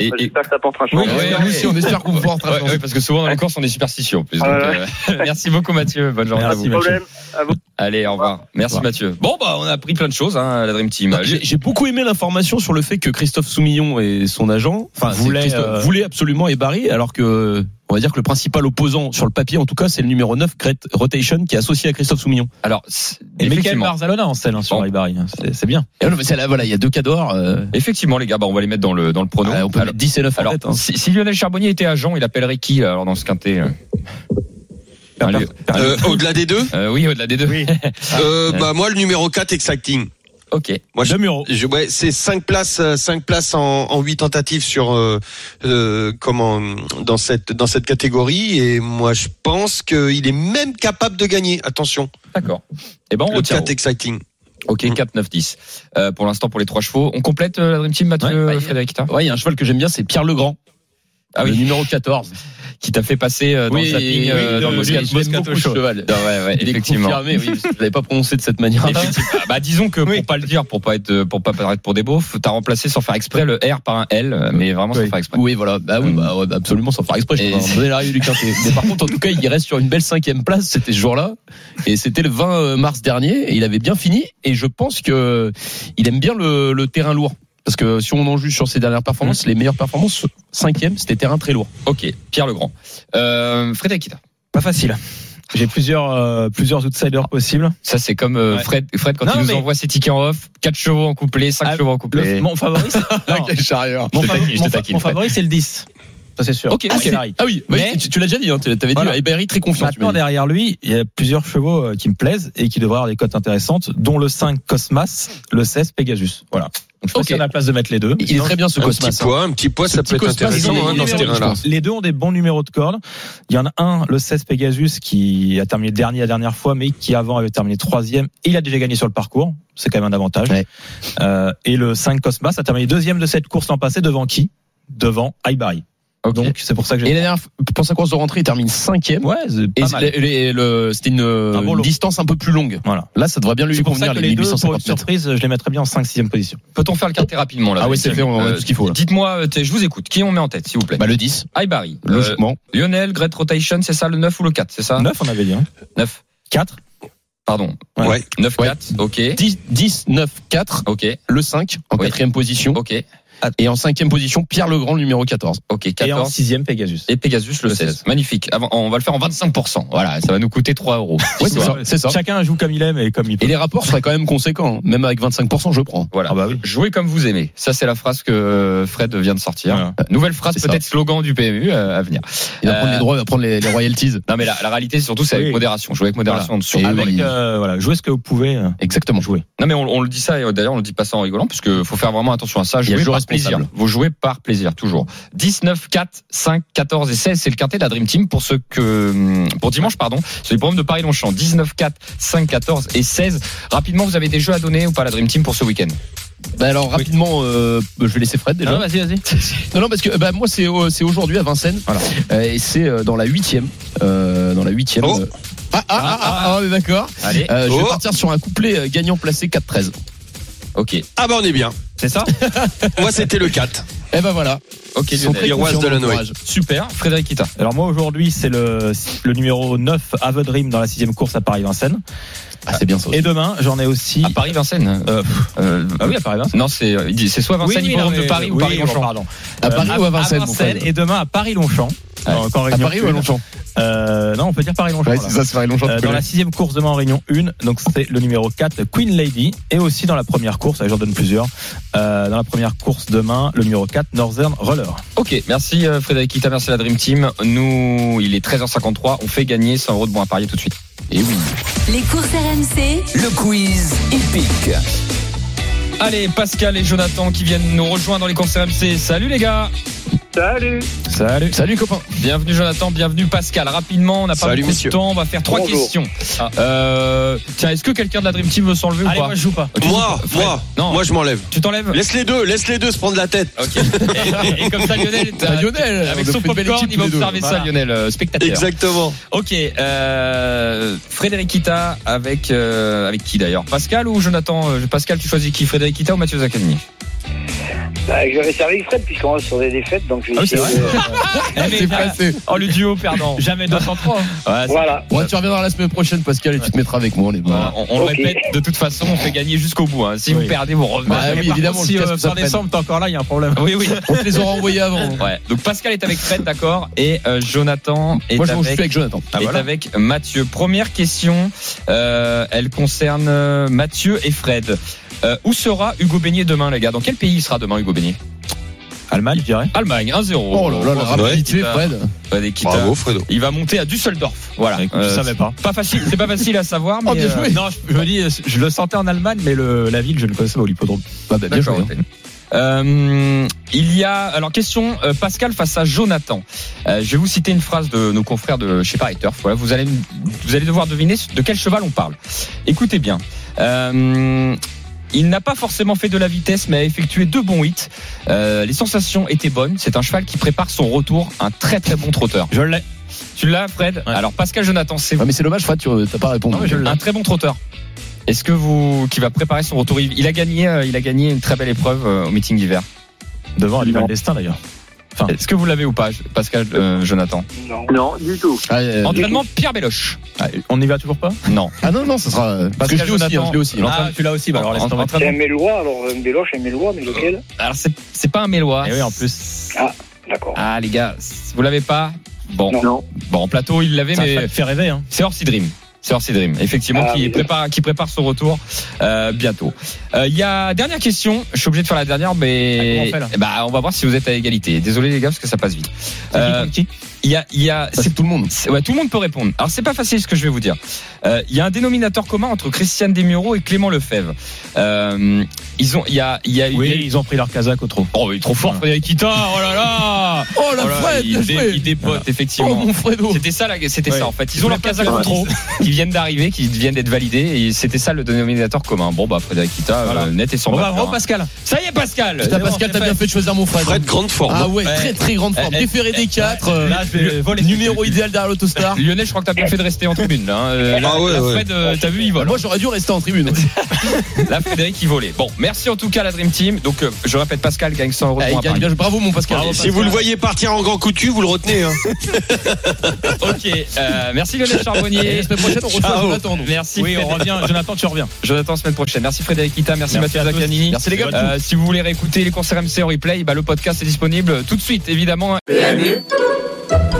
A: Et- et-
G: J'espère que ça portera chance.
B: Oui,
A: Ouais,
F: j'espère
A: ouais.
F: aussi, on espère qu'on pourra rattraper.
A: Ouais, ouais, parce que souvent dans les courses, on est superstitieux en plus. Donc,
G: Ouais.
A: euh, merci beaucoup, Mathieu. Bonne journée à
B: Merci,
A: vous.
B: Mathieu.
G: Problème.
A: Allez, au revoir. Merci,
B: Au revoir.
A: Mathieu. Bon, bah, on a appris plein de choses, hein, la Dream Team.
F: J'ai j'ai beaucoup aimé l'information sur le fait que Christophe Soumillon et son agent enfin, c'est
B: Voulait,
F: Christophe-
B: euh,
F: voulaient absolument Ebarry, alors que on va dire que le principal opposant sur le papier, en tout cas, c'est le numéro 9, Great Rotation, qui est associé à Christophe Soumillon.
A: Alors, c'est-
B: Et Michael
A: effectivement,
B: Barzalona en selle hein, sur
A: Bon.
B: Ribéry, hein. C'est- c'est bien.
F: Et alors, mais c'est là, voilà, il y a deux cas d'or. euh,
A: effectivement, les gars, bah, on va les mettre dans le, dans le pronom.
F: ah, on peut
A: alors,
F: mettre 10 et 9 en
A: alors,
F: tête, hein.
A: si, si Lionel Charbonnier était agent, il appellerait qui alors dans ce quintet euh Un lieu- un lieu-
C: Euh, Au-delà des deux,
A: Euh, Oui, au-delà des deux.
C: euh, bah, moi, le numéro 4, Exacting.
A: Ok.
C: Moi, je-
B: Deux Mureaux.
C: Je, ouais, c'est cinq places, euh, cinq places en, en huit tentatives sur euh, euh, comment dans cette dans cette catégorie et moi je pense qu'il est même capable de gagner. Attention,
A: D'accord. Eh ben, on
C: le
A: retient.
C: 4 exciting.
F: Mm.
A: Ok, 4, 9, 10. Euh, pour l'instant, pour les trois chevaux, on complète euh, la Dream Team, Mathieu,
F: Ouais, bah, il-
A: Frédéric Tain
F: Ouais, il y a un cheval que j'aime bien, c'est Pierre Legrand,
A: Ah
F: le
A: oui,
F: numéro 14.
A: qui t'a fait passer euh, dans le zapping, euh, dans le
F: oui,
A: Moscato
F: je l'aime
A: Moscato
F: beaucoup,
A: Show.
F: cheval.
A: Ah ouais, ouais,
F: Il est
A: effectivement.
F: confirmé, oui, je l'avais pas prononcé de cette manière.
A: Effectivement.
F: Ah,
A: Bah, disons que pour pas le dire, pour pas être, pour pas paraître pour des beaufs, t'as remplacé sans faire exprès le R par un L, mais vraiment sans
F: Oui.
A: faire exprès.
F: Oui, voilà. Bah oui, bah, ouais, absolument, sans faire exprès. Je
A: Et-
F: crois, hein. Donnez l'arrivée du quintet. Mais par contre, en tout cas, il reste sur une belle cinquième place. C'était ce jour-là. Et c'était le 20 mars dernier. Et il avait bien fini. Et je pense que il aime bien le, le terrain lourd. Parce que si on en juge sur ses dernières performances, les meilleures performances, cinquième, c'était terrain très lourd.
A: Ok, Pierre Legrand. Euh, Fred Akita.
B: Pas facile. J'ai plusieurs euh, plusieurs outsiders possibles.
A: Ça, c'est comme euh,
B: Ouais.
A: Fred, Fred quand
B: Non,
A: il nous
B: mais-
A: envoie ses tickets en off, 4 chevaux en couplet, 5
B: Ah,
A: chevaux en couplet.
B: Le- mon favori, c'est- non,
F: charrière.
B: mon
A: te
B: favori-
A: taquine, je te
B: mon fa-
A: taquine,
B: mon
A: Fred.
B: favori, c'est le 10. Ça c'est sûr.
F: Ok, ok.
B: Ferrari.
F: Ah oui, bah,
B: Mais-
F: tu, tu l'as déjà dit, hein, tu t'avais
B: Voilà.
F: dit, Iberi très confiant. tu m'as
B: Maintenant,
F: dit.
B: derrière lui, il y a plusieurs chevaux euh, qui me plaisent et qui devraient avoir des cotes intéressantes, dont le 5 Cosmas, le 16 Pegasus. Voilà. Donc, je pense
F: Ok.
B: qu'il y en a la place de mettre les deux.
F: Il est très bien ce
C: Un
F: Cosmas.
C: petit
F: hein.
C: poids, un petit poids,
F: Ce
C: ça
F: petit
C: peut être
F: Cosmas,
C: intéressant
F: il est-
C: hein,
F: il est
C: dans ce
F: numéro un,
C: terrain-là.
B: Les deux ont des bons numéros de corde. Il y en a un, le 16 Pegasus, qui a terminé dernier la dernière fois, mais qui avant avait terminé troisième. Et il a déjà gagné sur le parcours. C'est quand même un avantage.
F: Ouais.
B: Euh, et le 5 Cosmas a terminé deuxième de cette course l'an passé devant qui Devant Aibari.
A: Ok.
B: Donc c'est pour ça que
F: Et
B: j'ai.
F: la dernière, pour sa course de rentrée, il termine cinquième.
B: Ouais, c'est
F: Et
B: pas mal.
F: les- les- le- c'était une,
B: bon
F: une
B: lot.
F: distance un peu plus longue.
B: Voilà.
F: Là, ça devrait bien lui
B: C'est pour ça
F: convenir
B: que
F: les
B: les deux, pour une
F: 1850 mètres.
B: surprise, je les mettrais bien en 5-6ème position.
A: Peut-on faire le quartier rapidement là
F: Ah ouais,
A: Michel
F: c'est fait, on a tout ce qu'il faut, là.
A: Dites-moi, euh, t'es- je vous écoute. Qui on met en tête, s'il vous plaît
F: Bah, le 10,
A: Aibari, euh,
F: logiquement.
A: Lionel, Great Rotation, c'est ça le 9 ou le 4, c'est ça
F: Ah.
B: 9, on avait dit. Hein.
A: 9.
B: 4.
A: Pardon.
B: Ouais.
C: Ouais.
A: 9,
F: Ouais.
A: 4. Ok.
F: 10, 10, 9, 4,
A: Ok.
F: le 5 en
A: Oui.
F: quatrième
B: Oh,
F: position.
A: Ok.
F: Et en cinquième position, Pierre Legrand, numéro 14.
A: Ok.
B: Et en
A: 14.
B: 6ème, Pegasus.
A: Et Pegasus le,
B: Le
A: 16.
B: 16.
A: Magnifique. Avant- on va le faire en 25%. Voilà, ça va nous coûter 3 euros.
F: Ouais,
A: Histoire.
F: ça, c'est ça.
B: Chacun joue comme il aime et comme il peut.
F: Et les rapports seraient quand même conséquents. hein. Même avec 25%, je prends.
A: Voilà.
B: Ah bah oui.
A: Jouez comme vous aimez. Ça, c'est la phrase que euh, Fred vient de sortir.
B: Voilà.
F: Ah,
A: Euh, Nouvelle phrase,
F: C'est ça.
A: peut-être slogan du PMU euh, à venir.
F: Il va
A: Euh,
F: prendre les droits, il va prendre les, les royalties.
A: Non, mais la, la réalité, c'est surtout, c'est avec
B: Oui.
A: modération. Jouez avec modération. sur-
F: Et
A: avec-
F: oui.
B: Euh, voilà, jouez ce que vous pouvez. euh,
F: Exactement.
B: Jouer.
A: Non, mais on, on le dit ça, et euh, d'ailleurs, on le dit pas ça en rigolant, parce que faut faire vraiment attention à ça.
F: y a
A: Jouez
F: le jeu
A: par
F: responsable.
A: plaisir. Vous jouez par plaisir, toujours. 19, 4, 5, 14 et 16, c'est le quintet de la Dream Team pour ce que, hum, pour dimanche, pardon. C'est le programme de Paris-Longchamp. 19, 4, 5, 14 et 16. Rapidement, vous avez des jeux à donner ou pas à la Dream Team pour ce week-end?
F: Bah alors, rapidement, euh, je vais laisser Fred déjà. Non,
A: Ah, vas-y, vas-y.
F: non, parce que bah, moi, c'est au- c'est aujourd'hui à Vincennes.
A: Voilà.
F: Euh, et c'est euh, dans la huitième. Euh, dans la huitième.
C: Oh.
F: euh. Ah, ah, ah, ah, ah, mais d'accord.
A: Allez.
F: Euh, Je vais
C: Oh.
F: partir sur un couplet euh, gagnant placé 4-13.
A: Ok.
C: Ah bah on est bien.
A: C'est ça?
C: Moi c'était le 4.
F: Eh ben voilà.
A: Ok,
F: Ils sont
A: Lionel.
F: très
C: les rois
F: confiants
C: de
F: dans
C: la
F: leur
C: Noé.
F: courage.
A: Super. Frédéric Kita.
B: Alors moi aujourd'hui c'est le, le numéro 9 Ave Dream dans la sixième course à Paris-Vincennes.
F: Ah, c'est bien ça. aussi.
B: Et demain j'en ai aussi...
A: À Paris-Vincennes.
B: Euh,
A: Euh,
B: ah oui à Paris-Vincennes.
A: non, c'est il dit- c'est soit
B: Oui,
A: Vincennes
B: oui,
A: Hippodrome
B: non,
A: de
B: mais-
A: Paris ou
B: oui, bon,
A: Paris-Longchamp.
B: pardon.
F: À Paris
B: Euh,
F: ou à Vincennes, mon Fred
B: et demain à Paris-Longchamp. Euh, quand
F: À
B: Réunion
F: Paris ou à
B: une.
F: Longchamp
B: Euh, Non on peut dire Paris-Longchamp. là.
F: c'est Paris Longchamp.
B: Euh, dans la sixième course demain en Réunion 1, donc c'est le numéro 4, Queen Lady, et aussi dans la première course, là, j'en donne plusieurs, euh, dans la première course demain, le numéro 4, Northern Roller.
A: Ok, merci euh, Frédéric Kita, merci la Dream Team. Nous, il est 13h53, on fait gagner 100 euros de bons à parier tout de suite. Et oui.
E: Les courses RMC,
D: Le quiz épique.
A: Allez, Pascal et Jonathan qui viennent nous rejoindre dans les courses RMC. Salut les gars.
G: Salut
B: Salut.
F: Salut copain.
A: Bienvenue Jonathan, bienvenue Pascal. Rapidement, on n'a pas
C: Salut,
A: beaucoup
C: messieurs.
A: de temps, on va faire
B: Oh,
A: trois
G: Bonjour.
A: questions. Euh, tiens, est-ce que quelqu'un de la Dream Team veut s'enlever ou
B: Allez,
A: pas
B: moi je joue pas.
A: Ok,
C: Moi,
A: Fred,
C: moi,
A: Non.
C: moi je m'enlève.
A: Tu t'enlèves
C: Laisse les deux, laisse les deux se prendre la tête.
A: Ok. Et, et comme ça Lionel, t'as-
F: Ah, Lionel,
A: avec
F: on a
A: son
F: fait une belle
A: popcorn,
F: équipe
A: il va
F: tous les deux.
A: observer ça
F: Voilà.
A: Lionel, euh, spectateur.
C: Exactement.
A: Ok, euh, Frédéric Kita avec euh, avec qui d'ailleurs Pascal ou Jonathan Euh, Pascal, tu choisis qui Frédéric Kita ou Mathieu Zaccagni
I: Bah, je vais rester avec Fred puisqu'on reste sur des défaites, donc je vais
A: Ah oui,
I: essayer
A: c'est
I: de-
A: Eh, mais,
F: C'est passé.
A: Oh le duo perdant.
B: Jamais 203.
A: Ouais, Ah, c'est-
I: Voilà.
F: Bon, tu reviendras la semaine prochaine, Pascal, et tu te mettras avec moi, on est bon.
A: Voilà, bah, on, on
I: Ok.
A: le répète, de toute façon, on fait gagner jusqu'au bout. hein. Si
B: Oui.
A: vous perdez, vous revenez.
F: Bah, oui,
A: Mais par
F: évidemment,
A: contre,
F: je
A: si,
F: casse
A: euh,
F: tout ça,
A: fin
F: Fred.
A: décembre-
B: t'es encore là, il y a un problème.
A: Oui, oui.
F: On te les aura envoyés avant. Moi,
A: Ouais. Donc Pascal est avec Fred, d'accord, et euh, Jonathan est
F: je Ah, m'en suis
A: avec.
F: avec Jonathan.
A: est avec Mathieu. Première question, euh, elle concerne euh, Mathieu et Fred. Euh, où sera Hugo Beignet demain, les gars Dans quel pays il sera demain, Hugo Beignet
B: Allemagne, je dirais.
A: Allemagne, 1-0.
F: Oh là là, la rapidité,
A: Kita.
F: Fred.
A: Ouais, des Kita.
C: Bravo Fredo.
A: Il va monter à Düsseldorf. Voilà.
B: Écoute,
A: Euh,
B: je savais pas.
A: c'est pas facile, c'est pas facile à savoir, mais.
F: Oh, bien
A: euh,
F: joué.
B: Non, je, je me dis, je le sentais en Allemagne, mais le, la ville, je ne connaissais pas au Hippodrome.
F: Bah, bah, bien joué.
A: D'accord,
F: hein.
A: ok. Euh, il y a alors question euh, Pascal face à Jonathan. Euh, je vais vous citer une phrase de nos confrères de chez Paris Turf. Voilà, vous allez vous allez devoir deviner de quel cheval on parle. Écoutez bien. Euh, Il n'a pas forcément fait de la vitesse, mais a effectué deux bons hits. Euh, les sensations étaient bonnes. C'est un cheval qui prépare son retour, un très très bon trotteur.
B: Je l'ai.
A: Tu l'as, Fred Alors, Pascal Jonathan, c'est vous.
F: Ouais, Ah, mais c'est dommage, Fred, tu euh, t'as pas répondu.
A: Non, mais je l'ai. un très bon trotteur. Est-ce que vous, qui va préparer son retour, il il a gagné, euh, il a gagné une très belle épreuve euh, au meeting d'hiver.
B: Devant Animal Destin d'ailleurs. Hein.
A: Est-ce que vous l'avez ou pas, Pascal euh, Jonathan
G: Non.
I: Non, du tout.
F: Ah, euh,
A: Entraînement Pierre Béloche.
B: On n'y va toujours pas
A: Non.
F: ah non, non, ça sera. euh, Parce que je l'ai aussi, hein, je l'ai aussi.
A: Ah, tu l'as aussi, bah alors laisse tomber.
G: C'est un Mélois, alors un Béloche, un Mélois, mais lequel
A: Alors c'est c'est pas un Mélois.
B: Et Eh oui, en plus.
G: D'accord.
A: Ah les gars, vous l'avez pas Bon.
G: Non.
A: Bon, en plateau, il l'avait,
B: Ça
A: mais
B: fait- fait rêver, hein.
A: c'est Horsey Dream. C'est Horsey Dream, effectivement,
G: Ah,
A: qui,
G: oui.
A: prépare, qui prépare son retour euh, bientôt. Euh, Il y a dernière question, je suis obligé de faire la dernière,
B: Ah,
A: mais
B: comment on fait, là
A: Eh bah, on va voir si vous êtes à égalité. Désolé les gars, parce que ça passe vite. Euh,
B: Qui, qui
A: Il y a, il y a, c'est-
F: tout le monde.
A: C'est- ouais, tout le monde peut répondre. Alors c'est pas facile ce que je vais vous dire. Euh, Il y a un dénominateur commun entre Christiane Desmureaux et Clément Lefebvre. Euh, ils ont, il y a, il y a, il y
B: Oui,
A: a-
B: ils ont pris leur casaque au trop.
A: Oh, il est trop fort, Frédéric Guitard. Oh là là.
F: Oh
A: Oh là, il, dé- il dépote
F: Oh
A: effectivement.
F: mon Fredo
A: C'était ça, la- c'était
B: Ah. Ouais.
A: ça en fait. Ils ont leur casaque en trop, qui viennent d'arriver, qui viennent d'être validés, et c'était ça le dénominateur commun. Bon bah Frédéric Kita,
B: Voilà.
A: net et sans
B: Bon, bah,
A: bavure,
B: bravo
A: hein.
B: Pascal.
A: Ça y est Pascal.
F: Putain, Pascal, t'as bien fait de choisir mon Fred.
C: Fred, hein. grande forme.
F: Ah ouais,
A: Ouais.
F: très très grande forme.
A: Eh,
F: Préféré des quatre. euh,
B: Là, je vais voler.
F: Numéro idéal derrière l'autostar.
A: Lionel, je crois que t'as bien fait de rester en tribune. Là, hein. Euh, là,
C: Ah ouais,
A: là,
C: ouais.
A: Fred, euh, t'as vu, il vole.
F: Moi j'aurais dû rester en tribune. Eh,
A: Là, Frédéric, il volait. Bon, merci en tout cas à la Dream Team. Donc, euh, je répète, Pascal gagne 100 euros.
F: Eh,
A: pour un
F: gagne
A: pari.
F: bien. Bravo mon Pascal.
A: Bravo,
C: Si vous le voyez partir en grand coutu, vous le retenez. Hein.
A: Ok, euh, merci Lionel
F: Et
A: Charbonnier.
F: la semaine prochaine on reçoit
A: Ciao.
F: Jonathan. nous.
A: Merci.
B: Oui, Ah, on
A: Frédéric.
B: revient. Jonathan, tu reviens.
A: Jonathan, semaine prochaine. Merci Frédéric Kita, merci,
B: Merci à
A: Mathieu
B: tous.
A: Zaccani.
F: Merci les gars.
A: Euh, si vous voulez réécouter les courses RMC en replay, bah, le podcast est disponible tout de suite, évidemment. hein.